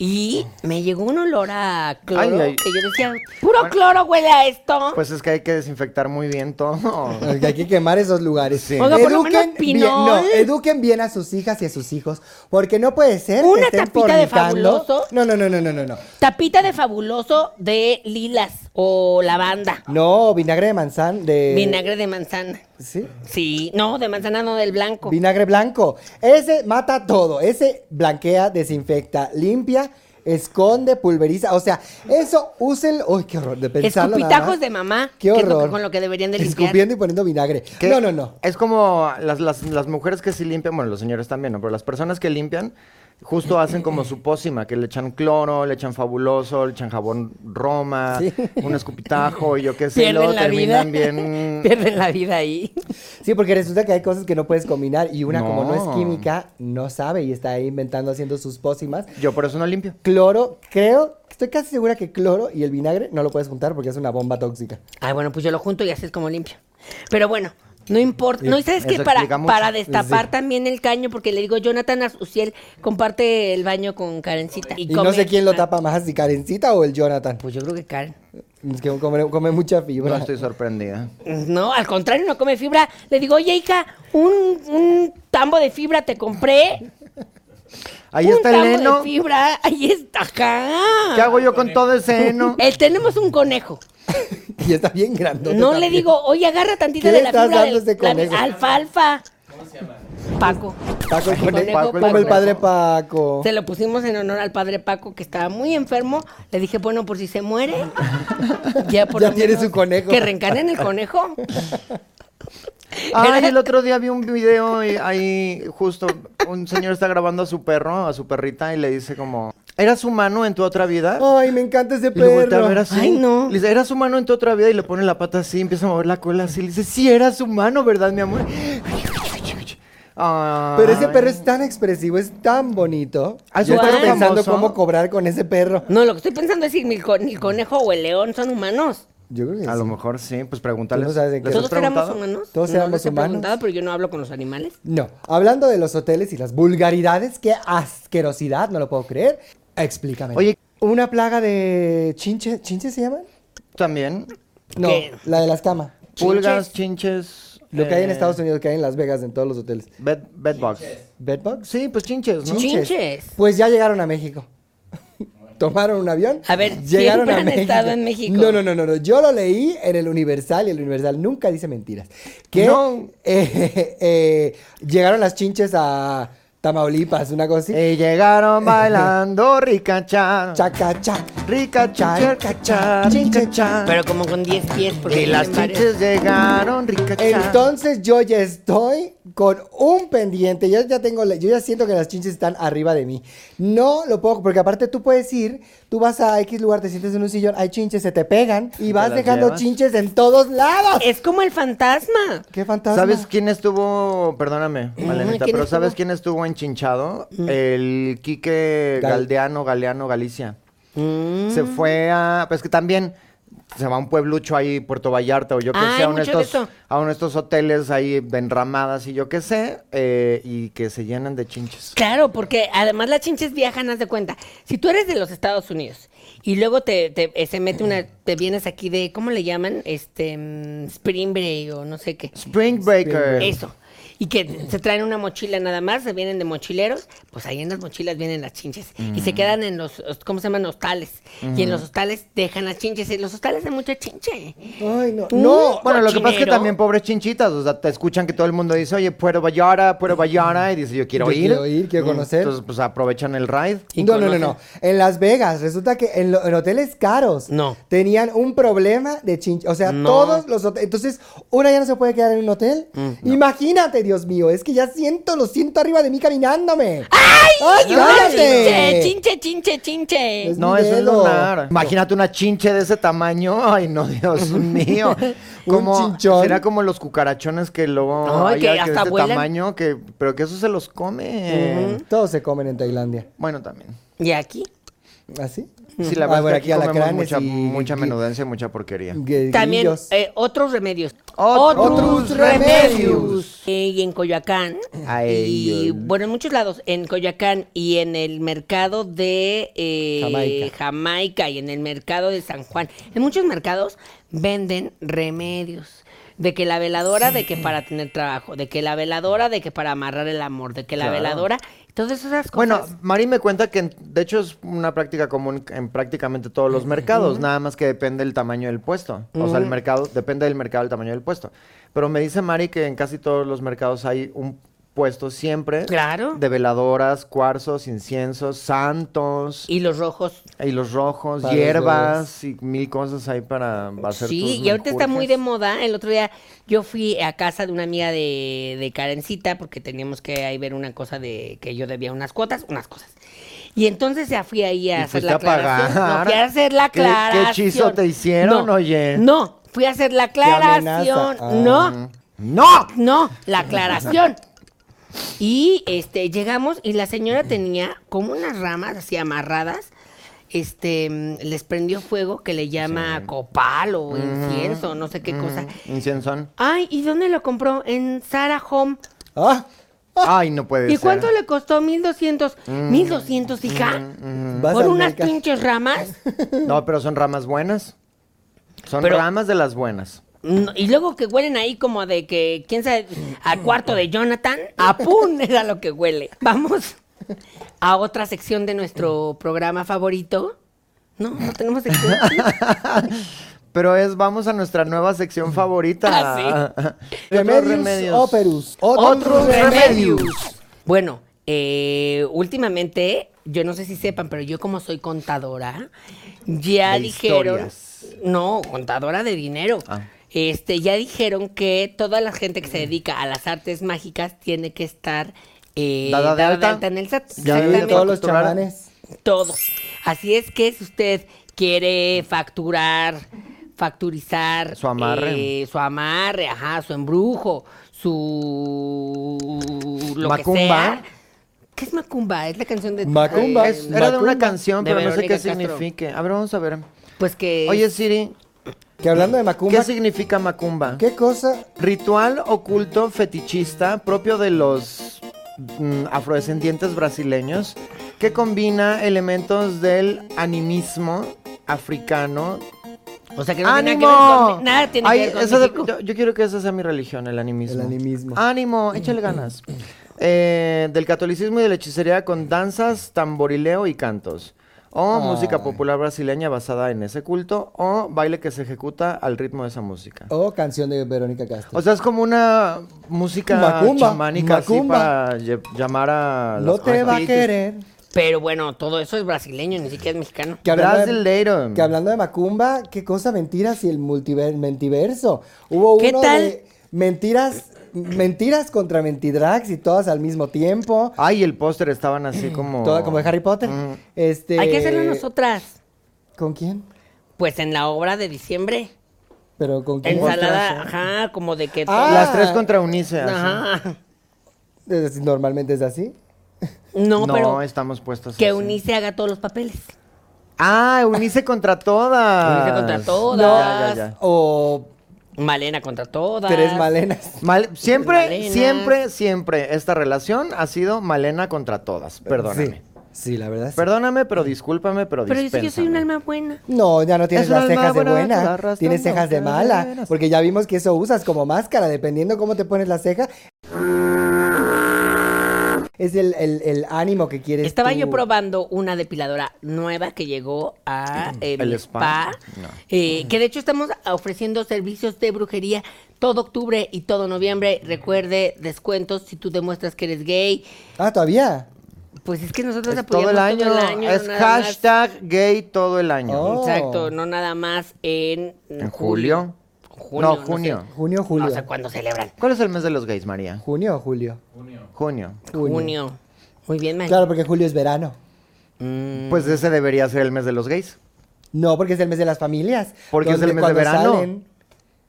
Speaker 3: y me llegó un olor a cloro
Speaker 2: Ay, ay.
Speaker 3: que yo decía, puro cloro huele a esto.
Speaker 2: Pues es que hay que desinfectar muy bien todo.
Speaker 1: Porque Hay que quemar esos lugares.
Speaker 2: Sí.
Speaker 3: Oiga, por lo menos
Speaker 1: bien,
Speaker 3: Pinol.
Speaker 1: no, eduquen bien a sus hijas y a sus hijos, porque no puede ser que
Speaker 3: Una
Speaker 1: estén
Speaker 3: tapita de
Speaker 1: fornicando.
Speaker 3: fabuloso.
Speaker 1: No, no, no, no, no, no, no.
Speaker 3: Tapita de fabuloso de lilas o lavanda,
Speaker 1: No, eh. vinagre de manzán, de...
Speaker 3: vinagre de manzana.
Speaker 1: Sí.
Speaker 3: Sí, no, de manzana no del blanco.
Speaker 1: Vinagre blanco. Ese mata todo. Ese blanquea, desinfecta, limpia, esconde, pulveriza. O sea, eso úsenlo. Uy, qué horror. De pensarlo. nada
Speaker 3: Escupitajos
Speaker 1: más.
Speaker 3: de mamá,
Speaker 1: Qué
Speaker 3: que es lo
Speaker 1: horror.
Speaker 3: que- con lo que deberían de limpiar.
Speaker 1: Escupiendo y poniendo vinagre.
Speaker 2: ¿Qué?
Speaker 1: No, no, no.
Speaker 2: Es como las, las, las mujeres que sí limpian, bueno, los señores también, ¿no? Pero las personas que limpian justo hacen como su pócima, que le echan cloro, le echan fabuloso, le echan jabón roma,
Speaker 1: Sí.
Speaker 2: un escupitajo y yo qué sé, luego
Speaker 3: Pierden la vida.
Speaker 2: terminan bien...
Speaker 3: Pierden la vida ahí.
Speaker 1: Sí, porque resulta que hay cosas que no puedes combinar y una, como no
Speaker 2: No.
Speaker 1: es química, no sabe y está ahí inventando, haciendo sus pócimas.
Speaker 2: Yo por eso no limpio.
Speaker 1: Cloro, creo, estoy casi segura que cloro y el vinagre no lo puedes juntar porque es una bomba tóxica.
Speaker 3: Ay, bueno, pues yo lo junto y así es como limpio. Pero bueno, no importa. No, y sabes
Speaker 2: Eso
Speaker 3: que para,
Speaker 2: explica mucho.
Speaker 3: para destapar
Speaker 1: Sí.
Speaker 3: también el caño, porque le digo, Jonathan Azuciel comparte el baño con Karencita.
Speaker 1: Y, no sé quién lo tapa más, si Karencita o el Jonathan.
Speaker 3: Pues yo creo que Karen.
Speaker 1: Es que come, come mucha
Speaker 2: No
Speaker 1: fibra.
Speaker 2: estoy sorprendida.
Speaker 3: No, al contrario, no come fibra. Le digo, oye, hija, un, un tambo de fibra te compré.
Speaker 2: Ahí
Speaker 3: un
Speaker 2: está
Speaker 3: tambo
Speaker 2: el heno.
Speaker 3: de fibra. Ahí está, acá.
Speaker 2: ¿Qué hago yo con todo ese heno?
Speaker 3: tenemos un conejo.
Speaker 1: Y está bien grandote.
Speaker 3: no le
Speaker 1: también.
Speaker 3: digo, oye, agarra tantita
Speaker 1: ¿Qué
Speaker 3: de
Speaker 1: le
Speaker 3: la
Speaker 1: estás
Speaker 3: fibra
Speaker 1: dando
Speaker 3: del-
Speaker 1: a ese
Speaker 3: la-
Speaker 1: conejo?
Speaker 3: alfalfa. Paco.
Speaker 1: Paco, el conejo,
Speaker 3: Conejo,
Speaker 1: como el
Speaker 3: Paco.
Speaker 1: padre Paco.
Speaker 3: Se lo pusimos en honor al padre Paco, que estaba muy enfermo. Le dije, bueno, por si se muere, ya por
Speaker 1: Ya
Speaker 3: lo
Speaker 1: tiene
Speaker 3: menos
Speaker 1: su conejo.
Speaker 3: Que reencarnen el conejo.
Speaker 2: Ay, el otro día vi un video y ahí justo un señor está grabando a su perro, a su perrita, y le dice como, ¿eras humano en tu otra vida?
Speaker 1: Ay, me encanta ese
Speaker 2: Y lo voltea a
Speaker 1: Oh,
Speaker 2: ver
Speaker 1: perro.
Speaker 2: así.
Speaker 3: Ay, no.
Speaker 2: Le dice, ¿eras humano en tu otra vida? Y le pone la pata así, empieza a mover la cola así. Le dice, sí, eras humano, ¿verdad, mi amor? Ah, Ay.
Speaker 1: Pero ese perro es tan expresivo, es tan bonito.
Speaker 2: Ah, es
Speaker 1: Yo
Speaker 2: un
Speaker 1: estaba
Speaker 2: perro
Speaker 1: pensando
Speaker 2: famoso.
Speaker 1: cómo cobrar con ese perro.
Speaker 3: No, lo que estoy pensando es si ni el, co- ni el conejo o el león son humanos.
Speaker 1: Yo creo que
Speaker 2: A lo
Speaker 1: sí.
Speaker 2: mejor sí, pues pregúntale.
Speaker 1: Tú no sabes de qué-
Speaker 2: ¿Les has
Speaker 3: ¿Todos éramos
Speaker 2: preguntado?
Speaker 3: humanos?
Speaker 1: Todos
Speaker 3: No, no
Speaker 1: éramos
Speaker 3: te he
Speaker 1: humanos.
Speaker 3: preguntado, pero yo no hablo con los animales.
Speaker 1: No, hablando de los hoteles y las vulgaridades, qué asquerosidad, no lo puedo creer. Explícame.
Speaker 2: Oye,
Speaker 1: una plaga de chinche, ¿chinches se llaman?
Speaker 2: También.
Speaker 1: No,
Speaker 3: ¿Qué?
Speaker 1: la de las camas.
Speaker 2: Pulgas, chinches.
Speaker 1: Lo que hay en
Speaker 2: eh,
Speaker 1: Estados Unidos, lo que hay en Las Vegas, en todos los hoteles.
Speaker 2: Bed, bedbugs.
Speaker 1: ¿Bedbugs?
Speaker 2: Sí, pues chinches, ¿no?
Speaker 3: Chin- Chinches.
Speaker 1: Pues ya llegaron a México. Tomaron un avión.
Speaker 3: A ver,
Speaker 1: llegaron
Speaker 3: siempre
Speaker 1: a
Speaker 3: han
Speaker 1: México.
Speaker 3: estado en México.
Speaker 1: No, no, no, no, no. Yo lo leí en el Universal y el Universal nunca dice mentiras. Que
Speaker 2: No.
Speaker 1: eh, eh, llegaron las chinches a Tamaulipas, una cosa así.
Speaker 2: Y Eh, llegaron bailando ricacha.
Speaker 1: Chacacha.
Speaker 2: Rica cha, cha, cha, rica cha.
Speaker 3: Pero como con 10 pies, porque
Speaker 2: Y las
Speaker 3: tienen varias-
Speaker 2: chinches llegaron rica cha.
Speaker 1: Entonces yo ya estoy con un pendiente. Yo ya tengo, la- yo ya siento que las chinches están arriba de mí. No lo puedo, porque aparte tú puedes ir, tú vas a X lugar, te sientes en un sillón, hay chinches, se te pegan y vas
Speaker 2: las
Speaker 1: dejando
Speaker 2: llevas? Eh,
Speaker 1: chinches en todos lados.
Speaker 3: Es como el fantasma.
Speaker 1: Qué fantasma.
Speaker 2: ¿Sabes quién estuvo? Perdóname, Malenita,
Speaker 3: Mm, ¿quién
Speaker 2: pero ¿sabes
Speaker 3: estuvo? Mm.
Speaker 2: quién estuvo enchinchado? El Quique
Speaker 1: Gal-
Speaker 2: Galdeano, Galeano, Galicia. Se
Speaker 3: Mm.
Speaker 2: fue a. Pues que también se va a un pueblucho ahí, Puerto Vallarta, o yo qué
Speaker 3: Ah,
Speaker 2: sé,
Speaker 3: hay
Speaker 2: a uno de
Speaker 3: mucho de
Speaker 2: estos,
Speaker 3: eso.
Speaker 2: a uno de estos hoteles ahí de enramadas y yo qué sé, eh, y que se llenan de chinches.
Speaker 3: Claro, porque además las chinches viajan, haz de cuenta. Si tú eres de los Estados Unidos y luego te, te- eh, se mete una, te vienes aquí de, ¿cómo le llaman? Este, mm, Spring Break o no sé qué.
Speaker 2: Spring Breaker.
Speaker 3: Eso. Y que se traen una mochila nada más, se vienen de mochileros, pues ahí en las mochilas vienen las chinches.
Speaker 2: Mm.
Speaker 3: Y se quedan en los, os- ¿cómo se llaman? Hostales. Y en los hostales dejan las chinches. En los hostales hay mucha chinche.
Speaker 1: Ay, no.
Speaker 2: No,
Speaker 3: Mm,
Speaker 2: bueno, lo que pasa es que
Speaker 3: cochinero.
Speaker 2: también pobres chinchitas, o sea, te escuchan que todo el mundo dice, oye, Puerto Vallarta, Puerto Vallarta, y dice, yo quiero
Speaker 1: Yo
Speaker 2: ir.
Speaker 1: quiero ir, quiero
Speaker 2: Mm,
Speaker 1: conocer.
Speaker 2: Entonces, pues aprovechan el ride.
Speaker 1: No, no, no, no. En Las Vegas, resulta que en, lo- en hoteles caros
Speaker 3: No.
Speaker 1: tenían un problema de chinches. O sea,
Speaker 3: No.
Speaker 1: todos los hoteles. Entonces, una ya no se puede quedar en un hotel.
Speaker 2: Mm,
Speaker 1: Imagínate, Dios mío, es que ya siento, lo siento arriba de mí caminándome. ¡Ay! ¡Ay, cállate!
Speaker 3: Chinche, chinche, chinche, chinche.
Speaker 1: Es
Speaker 2: No,
Speaker 1: mi
Speaker 2: eso es
Speaker 1: dedo.
Speaker 2: lunar. Imagínate una chinche de ese tamaño. Ay, no, Dios mío.
Speaker 1: Un
Speaker 2: Como,
Speaker 1: chinchón.
Speaker 2: Será como los cucarachones que luego
Speaker 3: Ay,
Speaker 2: hay
Speaker 3: que
Speaker 2: de
Speaker 3: hasta
Speaker 2: este
Speaker 3: vuelan.
Speaker 2: tamaño, que, pero que eso se los come.
Speaker 1: Mm, Todos se comen en Tailandia.
Speaker 2: Bueno, también.
Speaker 3: Y aquí
Speaker 1: ¿Así?
Speaker 2: Sí, la
Speaker 1: Ah,
Speaker 2: verdad
Speaker 1: bueno,
Speaker 2: es que aquí
Speaker 1: aquí
Speaker 2: comemos
Speaker 1: alacranes
Speaker 2: mucha,
Speaker 1: y-
Speaker 2: mucha
Speaker 1: y-
Speaker 2: menudencia y mucha porquería.
Speaker 1: Gue-
Speaker 3: También
Speaker 1: grillos.
Speaker 3: eh, otros remedios.
Speaker 2: Otros remedios.
Speaker 3: Eh, y en Coyoacán.
Speaker 2: Ay,
Speaker 3: y
Speaker 2: ay.
Speaker 3: bueno, en muchos lados. En Coyoacán y en el mercado de eh,
Speaker 1: Jamaica.
Speaker 3: Jamaica y en el mercado de San Juan. En muchos mercados venden remedios. De que la veladora, de que para tener trabajo. De que la veladora, de que para amarrar el amor. De que la
Speaker 2: Claro.
Speaker 3: veladora. Todas esas cosas.
Speaker 2: Bueno, Mari me cuenta que en- de hecho es una práctica común en prácticamente todos los mercados, nada más que depende del tamaño del puesto. O sea, el mercado, depende del mercado, el tamaño del puesto. Pero me dice Mari que en casi todos los mercados hay un puesto siempre
Speaker 3: Claro.
Speaker 2: de veladoras, cuarzos, inciensos, santos y,
Speaker 3: y los rojos.
Speaker 2: los rojos,
Speaker 1: Para los
Speaker 2: hierbas y mil cosas ahí para hacer tus
Speaker 3: Sí, y ahorita está muy de
Speaker 2: menjurjes.
Speaker 3: moda. El otro día yo fui a casa de una amiga de, de Karencita porque teníamos que ahí ver una cosa de que yo debía unas cuotas, unas cosas. Y entonces ya fui ahí a
Speaker 2: ¿Y
Speaker 3: hacer
Speaker 2: fuiste
Speaker 3: la
Speaker 2: a pagar?
Speaker 3: aclaración. No, fui a hacer la
Speaker 2: ¿Qué- qué
Speaker 3: aclaración.
Speaker 2: hechizo te hicieron,
Speaker 3: No,
Speaker 2: oye?
Speaker 3: No, fui a hacer la aclaración.
Speaker 1: amenaza. Ah.
Speaker 3: No,
Speaker 2: ¡No!
Speaker 3: no, la aclaración. Y este llegamos y la señora tenía como unas ramas así amarradas. Este mm, les prendió fuego que le llama copal o
Speaker 2: Mm.
Speaker 3: incienso, no sé qué cosa.
Speaker 2: Inciensón.
Speaker 3: Ay, ¿y dónde lo compró? En Sara Home.
Speaker 1: Ah,
Speaker 2: Ay, no puede
Speaker 3: ¿Y
Speaker 2: ser.
Speaker 3: cuánto le costó? 1200. 1200, hija.
Speaker 1: Mm,
Speaker 2: Mm.
Speaker 1: Vas
Speaker 3: Por
Speaker 1: al
Speaker 3: unas
Speaker 1: mercado.
Speaker 3: pinches ramas.
Speaker 2: No, pero son ramas buenas. Son
Speaker 3: Pero-
Speaker 2: ramas de las buenas.
Speaker 3: No, y luego que huelen ahí como de que, quién sabe, a cuarto de Jonathan, a pun era lo que huele. Vamos a otra sección de nuestro programa favorito. No, no tenemos sección.
Speaker 2: Pero es, vamos a nuestra nueva sección
Speaker 3: Ah,
Speaker 2: favorita.
Speaker 1: remedios,
Speaker 2: Otros
Speaker 1: operus.
Speaker 3: Otros
Speaker 2: remedios.
Speaker 3: remedios. Bueno, eh, últimamente, yo no sé si sepan, pero yo como soy contadora, ya
Speaker 2: De
Speaker 3: dijeron.
Speaker 2: historias.
Speaker 3: No, contadora de dinero.
Speaker 2: Ah.
Speaker 3: este, ya dijeron que toda la gente que se dedica a las artes mágicas tiene que estar eh,
Speaker 2: ¿Dada de alta?
Speaker 3: en el SAT.
Speaker 2: Ya
Speaker 1: Sí,
Speaker 2: vi
Speaker 3: Exactamente.
Speaker 1: todos los
Speaker 2: Facturar.
Speaker 1: chamanes.
Speaker 3: Todos. Así es que si usted quiere facturar, facturizar
Speaker 2: Su amarre.
Speaker 3: eh, su amarre, ajá, su embrujo, su lo
Speaker 2: Macumba.
Speaker 3: que sea. ¿Qué es Macumba? Es la canción de
Speaker 1: Macumba.
Speaker 3: eh,
Speaker 2: Es- era de una
Speaker 1: Macumba.
Speaker 2: canción,
Speaker 3: De
Speaker 2: pero no sé qué
Speaker 3: Verónica Castro.
Speaker 2: signifique. A ver, vamos a ver.
Speaker 3: pues que
Speaker 2: Oye, Siri,
Speaker 1: Que hablando de Macumba,
Speaker 2: ¿qué significa macumba?
Speaker 1: ¿qué cosa?
Speaker 2: Ritual oculto fetichista propio de los mm, afrodescendientes brasileños que combina elementos del animismo africano.
Speaker 3: o sea que no tiene
Speaker 2: ¡Ánimo!
Speaker 3: nada que ver con nada tiene
Speaker 2: Ay,
Speaker 3: que ver con
Speaker 2: esa de-
Speaker 3: México.
Speaker 2: yo, yo quiero que esa sea mi religión, el animismo.
Speaker 1: El animismo.
Speaker 2: ¡Ánimo! Échale ganas. Eh, del catolicismo y de la hechicería con danzas, tamborileo y cantos. O música popular brasileña basada en ese culto. O baile que se ejecuta al ritmo de esa música.
Speaker 1: Oh, canción de Verónica Castro.
Speaker 2: O sea, es como una música
Speaker 1: Macumba,
Speaker 2: chamánica así
Speaker 1: macumba.
Speaker 2: para lle- llamar a
Speaker 1: no
Speaker 2: los
Speaker 1: te va a
Speaker 2: espíritus.
Speaker 1: querer.
Speaker 3: Pero bueno, todo eso es brasileño, ni siquiera es mexicano.
Speaker 1: Que hablando,
Speaker 2: Brasileiro.
Speaker 1: de, que hablando de Macumba, qué cosa mentiras y el multiver- mentiverso. Hubo
Speaker 3: ¿Qué
Speaker 1: uno
Speaker 3: tal?
Speaker 1: de mentiras, mentiras contra mentidrax y todas al mismo tiempo.
Speaker 2: Ay, el póster estaban así como...
Speaker 1: Toda como de Harry Potter.
Speaker 2: Mm.
Speaker 1: Este,
Speaker 3: Hay que hacerlo nosotras.
Speaker 1: ¿Con quién?
Speaker 3: Pues en la obra de diciembre.
Speaker 1: Pero con quién.
Speaker 3: Ensalada, ajá, como de que
Speaker 1: Ah,
Speaker 2: Las tres contra Unice. así.
Speaker 3: ajá.
Speaker 1: Es- Normalmente es así.
Speaker 3: No,
Speaker 2: No,
Speaker 3: pero
Speaker 2: estamos puestos
Speaker 3: que
Speaker 2: así.
Speaker 3: Unice haga todos los papeles.
Speaker 2: Ah, Unice contra todas.
Speaker 3: Unice contra
Speaker 2: Ya,
Speaker 3: todas.
Speaker 2: ya, ya.
Speaker 1: O
Speaker 3: Malena contra todas.
Speaker 1: tres malenas.
Speaker 2: Mal- siempre,
Speaker 3: Malena.
Speaker 2: siempre, siempre esta relación ha sido Malena contra todas. Perdóname.
Speaker 1: Sí, sí, la verdad. sí.
Speaker 2: Perdóname, pero discúlpame, pero
Speaker 3: Pero dice, yo soy un
Speaker 2: dispénsame.
Speaker 3: alma buena.
Speaker 1: No, ya no tienes
Speaker 2: Es una
Speaker 1: las cejas de
Speaker 2: alma buena, te la
Speaker 1: buena,
Speaker 2: arrastran
Speaker 1: tienes
Speaker 2: las
Speaker 1: cejas de mala,
Speaker 2: caderas.
Speaker 1: porque ya vimos que eso usas como máscara, dependiendo cómo te pones la ceja. Es el, el- el ánimo que quieres.
Speaker 3: Estaba
Speaker 1: tú.
Speaker 3: yo probando una depiladora nueva que llegó a eh,
Speaker 2: Mm, El
Speaker 3: mi
Speaker 2: spa.
Speaker 3: spa.
Speaker 2: No. Mm.
Speaker 3: eh, que de hecho estamos ofreciendo servicios de brujería todo octubre y todo
Speaker 2: Mm.
Speaker 3: noviembre. Recuerde, descuentos si tú demuestras que eres gay.
Speaker 1: Ah, todavía.
Speaker 3: Pues es que nosotros
Speaker 2: Es todo
Speaker 3: apoyamos
Speaker 2: el año. es
Speaker 3: nada más.
Speaker 2: hashtag gay todo el año.
Speaker 1: Oh.
Speaker 3: Exacto, no nada más en,
Speaker 2: ¿En julio?
Speaker 3: Junio,
Speaker 2: No,
Speaker 3: sé.
Speaker 2: junio.
Speaker 1: Junio, julio.
Speaker 3: No sé cuándo celebran.
Speaker 2: ¿Cuál es el mes de los gays, María?
Speaker 1: Junio o julio.
Speaker 2: Junio.
Speaker 1: Junio.
Speaker 3: Junio. Muy bien, Mike.
Speaker 1: Claro, porque julio es verano.
Speaker 3: Mm.
Speaker 2: Pues ese debería ser el mes de los gays.
Speaker 1: No, porque es el mes de las familias.
Speaker 2: Porque es
Speaker 1: donde
Speaker 2: el mes de
Speaker 1: cuando
Speaker 2: verano.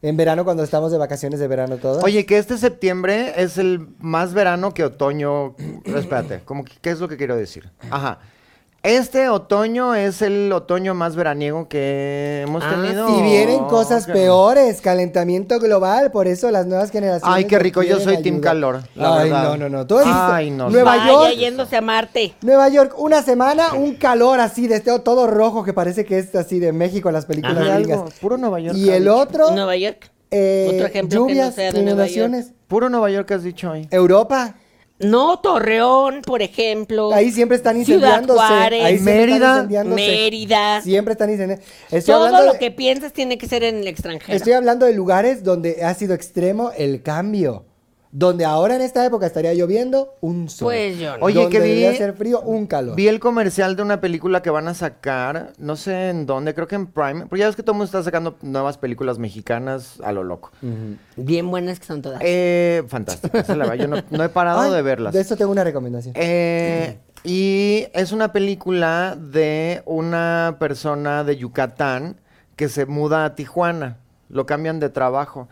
Speaker 1: en verano, cuando estamos de vacaciones de verano todos.
Speaker 2: Oye, que este septiembre es el más verano que otoño. Espérate, como que- ¿qué es lo que quiero decir? Ajá. Este otoño es el otoño más veraniego que hemos
Speaker 3: Ah,
Speaker 2: tenido.
Speaker 1: Y vienen cosas
Speaker 2: Ok.
Speaker 1: peores, calentamiento global, por eso las nuevas generaciones.
Speaker 2: Ay, qué
Speaker 1: nos
Speaker 2: rico, yo
Speaker 1: quieren
Speaker 2: soy team
Speaker 1: ayudar.
Speaker 2: calor, la
Speaker 1: Ay,
Speaker 2: verdad.
Speaker 1: no, no, no. Todo
Speaker 2: Ay, no,
Speaker 1: Nueva
Speaker 3: Vaya
Speaker 1: York.
Speaker 3: yéndose a Marte.
Speaker 1: Nueva York, una semana, un calor así, de este- todo rojo, que parece que es así de México, las películas
Speaker 3: Ajá.
Speaker 1: gringas.
Speaker 2: Algo, puro Nueva York,
Speaker 1: Y el
Speaker 2: Javi.
Speaker 1: otro,
Speaker 3: Nueva York.
Speaker 1: eh,
Speaker 3: Otro ejemplo que no
Speaker 1: lluvias,
Speaker 3: sea de Nueva
Speaker 1: inundaciones.
Speaker 2: Puro Nueva York has dicho hoy.
Speaker 1: Europa,
Speaker 3: No, Torreón, por ejemplo.
Speaker 1: ahí siempre están
Speaker 3: Oh, Ciudad
Speaker 1: incendiándose.
Speaker 3: Juárez,
Speaker 1: ahí siempre están
Speaker 2: Mérida,
Speaker 1: incendiándose.
Speaker 3: Mérida.
Speaker 1: Siempre están incendiando. Estoy
Speaker 3: Todo
Speaker 1: hablando
Speaker 3: lo
Speaker 1: de-
Speaker 3: que piensas tiene que ser en el extranjero.
Speaker 1: Estoy hablando de lugares donde ha sido extremo el cambio. Donde ahora en esta época estaría lloviendo un sol.
Speaker 3: Pues yo no.
Speaker 2: Oye,
Speaker 1: Donde
Speaker 2: que vi-
Speaker 1: debería ser frío, un calor.
Speaker 2: Vi el comercial de una película que van a sacar, no sé en dónde, creo que en Prime. Pero ya ves que todo el mundo está sacando nuevas películas mexicanas a lo loco.
Speaker 3: Bien buenas que son todas.
Speaker 2: Eh, fantástica, esa es la verdad, yo no, no he parado
Speaker 1: Ay,
Speaker 2: de verlas.
Speaker 1: De eso tengo una recomendación.
Speaker 2: Eh, y es una película de una persona de Yucatán que se muda a Tijuana, lo cambian de trabajo.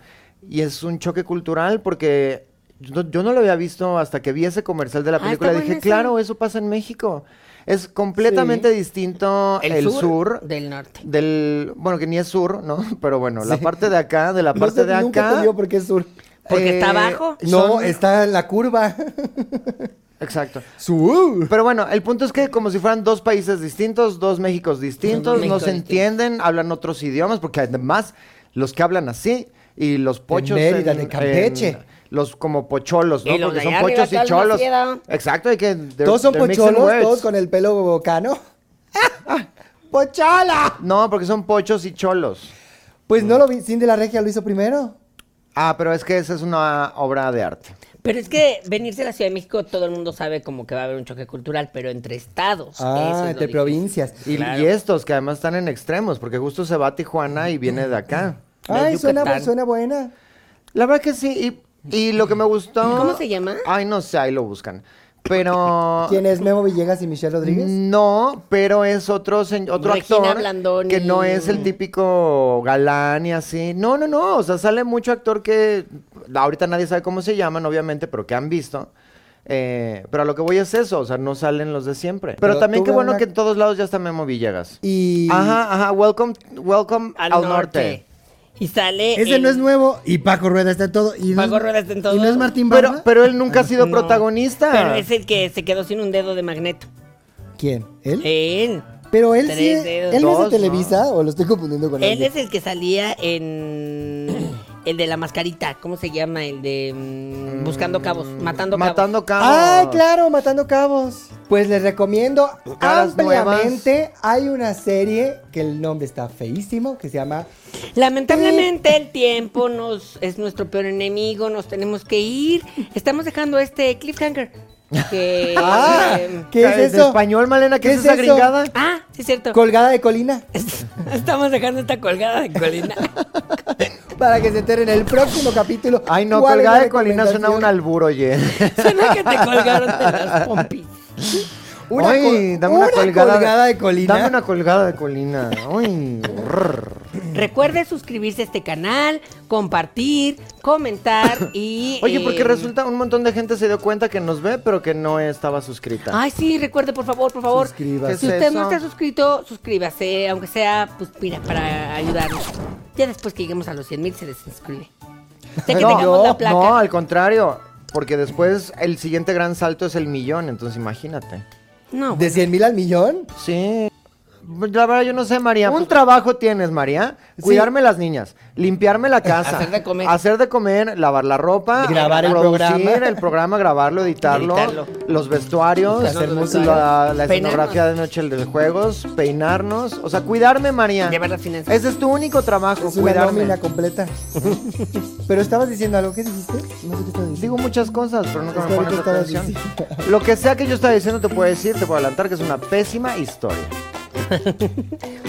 Speaker 2: Y es un choque cultural porque yo, yo no lo había visto hasta que vi ese comercial de la
Speaker 3: Ah,
Speaker 2: película.
Speaker 3: está
Speaker 2: Dije,
Speaker 3: buena esa.
Speaker 2: claro, eso pasa en México. Es completamente distinto el, sur,
Speaker 3: del norte.
Speaker 2: del... Bueno, que ni es sur, ¿no? Pero bueno, la parte de acá, de la
Speaker 1: No
Speaker 2: parte
Speaker 1: sé,
Speaker 2: de
Speaker 1: nunca
Speaker 2: acá... eh,
Speaker 1: te digo por qué sur.
Speaker 3: Porque está abajo.
Speaker 1: No,
Speaker 2: son-
Speaker 1: está en la curva. uh,
Speaker 2: Exacto.
Speaker 1: Sur.
Speaker 2: Pero bueno, el punto es que como si fueran dos países distintos, dos Méxicos distintos,
Speaker 3: México
Speaker 2: no se
Speaker 3: distinto.
Speaker 2: entienden, hablan otros idiomas, porque además los que hablan así y los pochos
Speaker 1: Mérida, de Campeche.
Speaker 2: los como pocholos, ¿no?
Speaker 3: Y los
Speaker 2: Porque
Speaker 3: de
Speaker 2: son
Speaker 3: allá
Speaker 2: pochos
Speaker 3: arriba,
Speaker 2: y cholos.
Speaker 3: Calmaciera.
Speaker 2: Exacto, hay que they're-
Speaker 1: Todos son
Speaker 2: they're mixing
Speaker 1: pocholos,
Speaker 2: words. Ah,
Speaker 1: todos con el pelo bocano. ¡Pochola!
Speaker 2: No, porque son pochos y cholos.
Speaker 1: Pues
Speaker 2: Mm.
Speaker 1: no lo vi. Cindy la Regia lo hizo primero.
Speaker 2: Ah, pero es que esa es una obra de arte.
Speaker 3: Pero es que venirse a la Ciudad de México, todo el mundo sabe como que va a haber un choque cultural, pero entre estados. eso es
Speaker 1: Ah,
Speaker 3: lo
Speaker 1: entre
Speaker 3: difícil.
Speaker 1: provincias.
Speaker 2: Y, y
Speaker 3: Claro.
Speaker 2: estos que además están en extremos, porque justo se va a Tijuana y viene de acá.
Speaker 3: Los
Speaker 1: Ay, suena,
Speaker 3: Yucatán.
Speaker 1: suena buena.
Speaker 2: La verdad que sí, y, y lo que me gustó...
Speaker 3: ¿Cómo se llama?
Speaker 2: Ay, no sé, ahí lo buscan. Pero...
Speaker 1: ¿Quién es Memo Villegas y Michelle
Speaker 2: Mm.
Speaker 1: Rodríguez?
Speaker 2: No, pero es otro, se- otro
Speaker 3: Regina
Speaker 2: actor
Speaker 3: Blandoni.
Speaker 2: que no es el típico galán y así. No, no, no. O sea, sale mucho actor que ahorita nadie sabe cómo se llaman, obviamente, pero que han visto. Eh, pero a lo que voy es eso, o sea, no salen los de siempre. Pero,
Speaker 1: Pero
Speaker 2: también qué
Speaker 1: tuve
Speaker 2: bueno
Speaker 1: una-
Speaker 2: que en todos lados ya está Memo Villegas.
Speaker 1: Y
Speaker 2: Ajá, ajá, welcome, welcome
Speaker 3: Al,
Speaker 2: al,
Speaker 3: norte.
Speaker 2: norte.
Speaker 3: Y sale.
Speaker 1: ese
Speaker 3: en-
Speaker 1: no es nuevo. Y Paco Rueda está en todo. Y no es-
Speaker 3: Eh, Paco Rueda está en todo.
Speaker 1: Y no es Martín Barba.
Speaker 2: Pero, pero él nunca ha sido
Speaker 3: No,
Speaker 2: protagonista.
Speaker 3: Pero es el que se quedó sin un dedo de magneto.
Speaker 1: ¿Quién? ¿Él?
Speaker 3: Él.
Speaker 1: pero él sí.
Speaker 3: Eh, tres dedos.
Speaker 1: ¿Él no es de
Speaker 2: Dos, ¿no?
Speaker 1: Televisa o lo estoy confundiendo con
Speaker 3: Él
Speaker 1: alguien?
Speaker 3: es el que salía en. El de la mascarita. ¿Cómo se llama? El de. mm, Buscando cabos. Matando cabos.
Speaker 2: Matando cabos.
Speaker 1: ¡Ay, Ah, claro! Matando cabos. Pues les recomiendo
Speaker 2: Caras
Speaker 1: ampliamente. Hay una serie que el nombre está feísimo, que se llama
Speaker 3: Lamentablemente el tiempo nos es nuestro peor enemigo, nos tenemos que ir. Estamos dejando este cliffhanger. Que,
Speaker 1: Ah,
Speaker 3: em,
Speaker 1: ¿Qué es
Speaker 2: De
Speaker 1: eso?
Speaker 2: español, Malena, ¿qué,
Speaker 1: ¿Qué
Speaker 2: es
Speaker 1: es
Speaker 2: esa
Speaker 1: eso?
Speaker 2: gringada?
Speaker 3: ah, sí es cierto.
Speaker 1: Colgada de Colina.
Speaker 3: Estamos dejando esta colgada de colina.
Speaker 1: Para que se enteren el próximo capítulo.
Speaker 2: Ay, no,
Speaker 1: ¿Cuál es la
Speaker 2: colgada de colina suena a
Speaker 1: recomendación?
Speaker 2: un albur, oye.
Speaker 3: Suena que te colgaron de las pompis.
Speaker 1: Una
Speaker 2: Ay,
Speaker 1: col-
Speaker 2: dame una,
Speaker 1: una
Speaker 2: colgada,
Speaker 1: colgada de colina.
Speaker 2: Dame una colgada de colina. Ay, brr.
Speaker 3: Recuerde suscribirse a este canal, compartir, comentar y.
Speaker 2: Oye, porque
Speaker 3: em,
Speaker 2: resulta un montón de gente se dio cuenta que nos ve, pero que no estaba suscrita.
Speaker 3: Ay, sí, recuerde, por favor, por favor.
Speaker 1: Suscríbase.
Speaker 3: Si
Speaker 2: ¿Qué es
Speaker 3: usted no
Speaker 2: eso?
Speaker 3: está suscrito, suscríbase, aunque sea, pues mira, para ayudarnos. Ya después que lleguemos a los 100 mil se desinscribe. Ya que tengamos la placa.
Speaker 2: no, al contrario. Porque después el siguiente gran salto es el millón, entonces imagínate.
Speaker 3: No,
Speaker 1: ¿De 100 mil al millón?
Speaker 2: Sí. La verdad, yo no sé, María. Un trabajo tienes, María. Cuidarme las niñas, limpiarme la casa.
Speaker 3: Hacer de comer.
Speaker 2: Hacer de comer, lavar la ropa.
Speaker 1: Grabar el
Speaker 2: producir
Speaker 1: programa.
Speaker 2: el programa, grabarlo, editarlo.
Speaker 3: Editarlo.
Speaker 2: Los vestuarios.
Speaker 1: Hacer música.
Speaker 2: La, la escenografía
Speaker 3: Peinarnos.
Speaker 2: de noche de juegos. Peinarnos. O sea, cuidarme, María.
Speaker 3: Llevar las finanzas.
Speaker 2: Ese es tu único trabajo,
Speaker 1: Es una
Speaker 2: cuidarme.
Speaker 1: nómina completa. Pero estabas diciendo algo. ¿Qué dijiste? No sé qué estabas diciendo.
Speaker 2: Digo muchas cosas, pero nunca
Speaker 1: Es
Speaker 2: me
Speaker 1: que
Speaker 2: pones
Speaker 1: ahorita
Speaker 2: atención.
Speaker 1: estabas
Speaker 2: Lo que sea que yo estaba diciendo, te puedo decir, te puedo adelantar que es una pésima historia.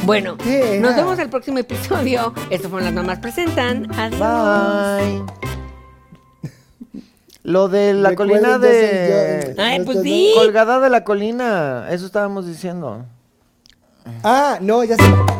Speaker 3: bueno,
Speaker 1: ¿Qué era?
Speaker 3: nos vemos al próximo episodio. Esto fue Las Mamás Presentan. Adiós.
Speaker 2: Bye. Lo de la
Speaker 1: Recuerden,
Speaker 2: colina
Speaker 1: yo soy
Speaker 2: de...
Speaker 1: yo. eh.
Speaker 3: Ay,
Speaker 1: No
Speaker 3: pues
Speaker 1: estoy-
Speaker 3: di.
Speaker 2: Colgada de la colina, eso estábamos diciendo.
Speaker 1: Ah, no, ya sé.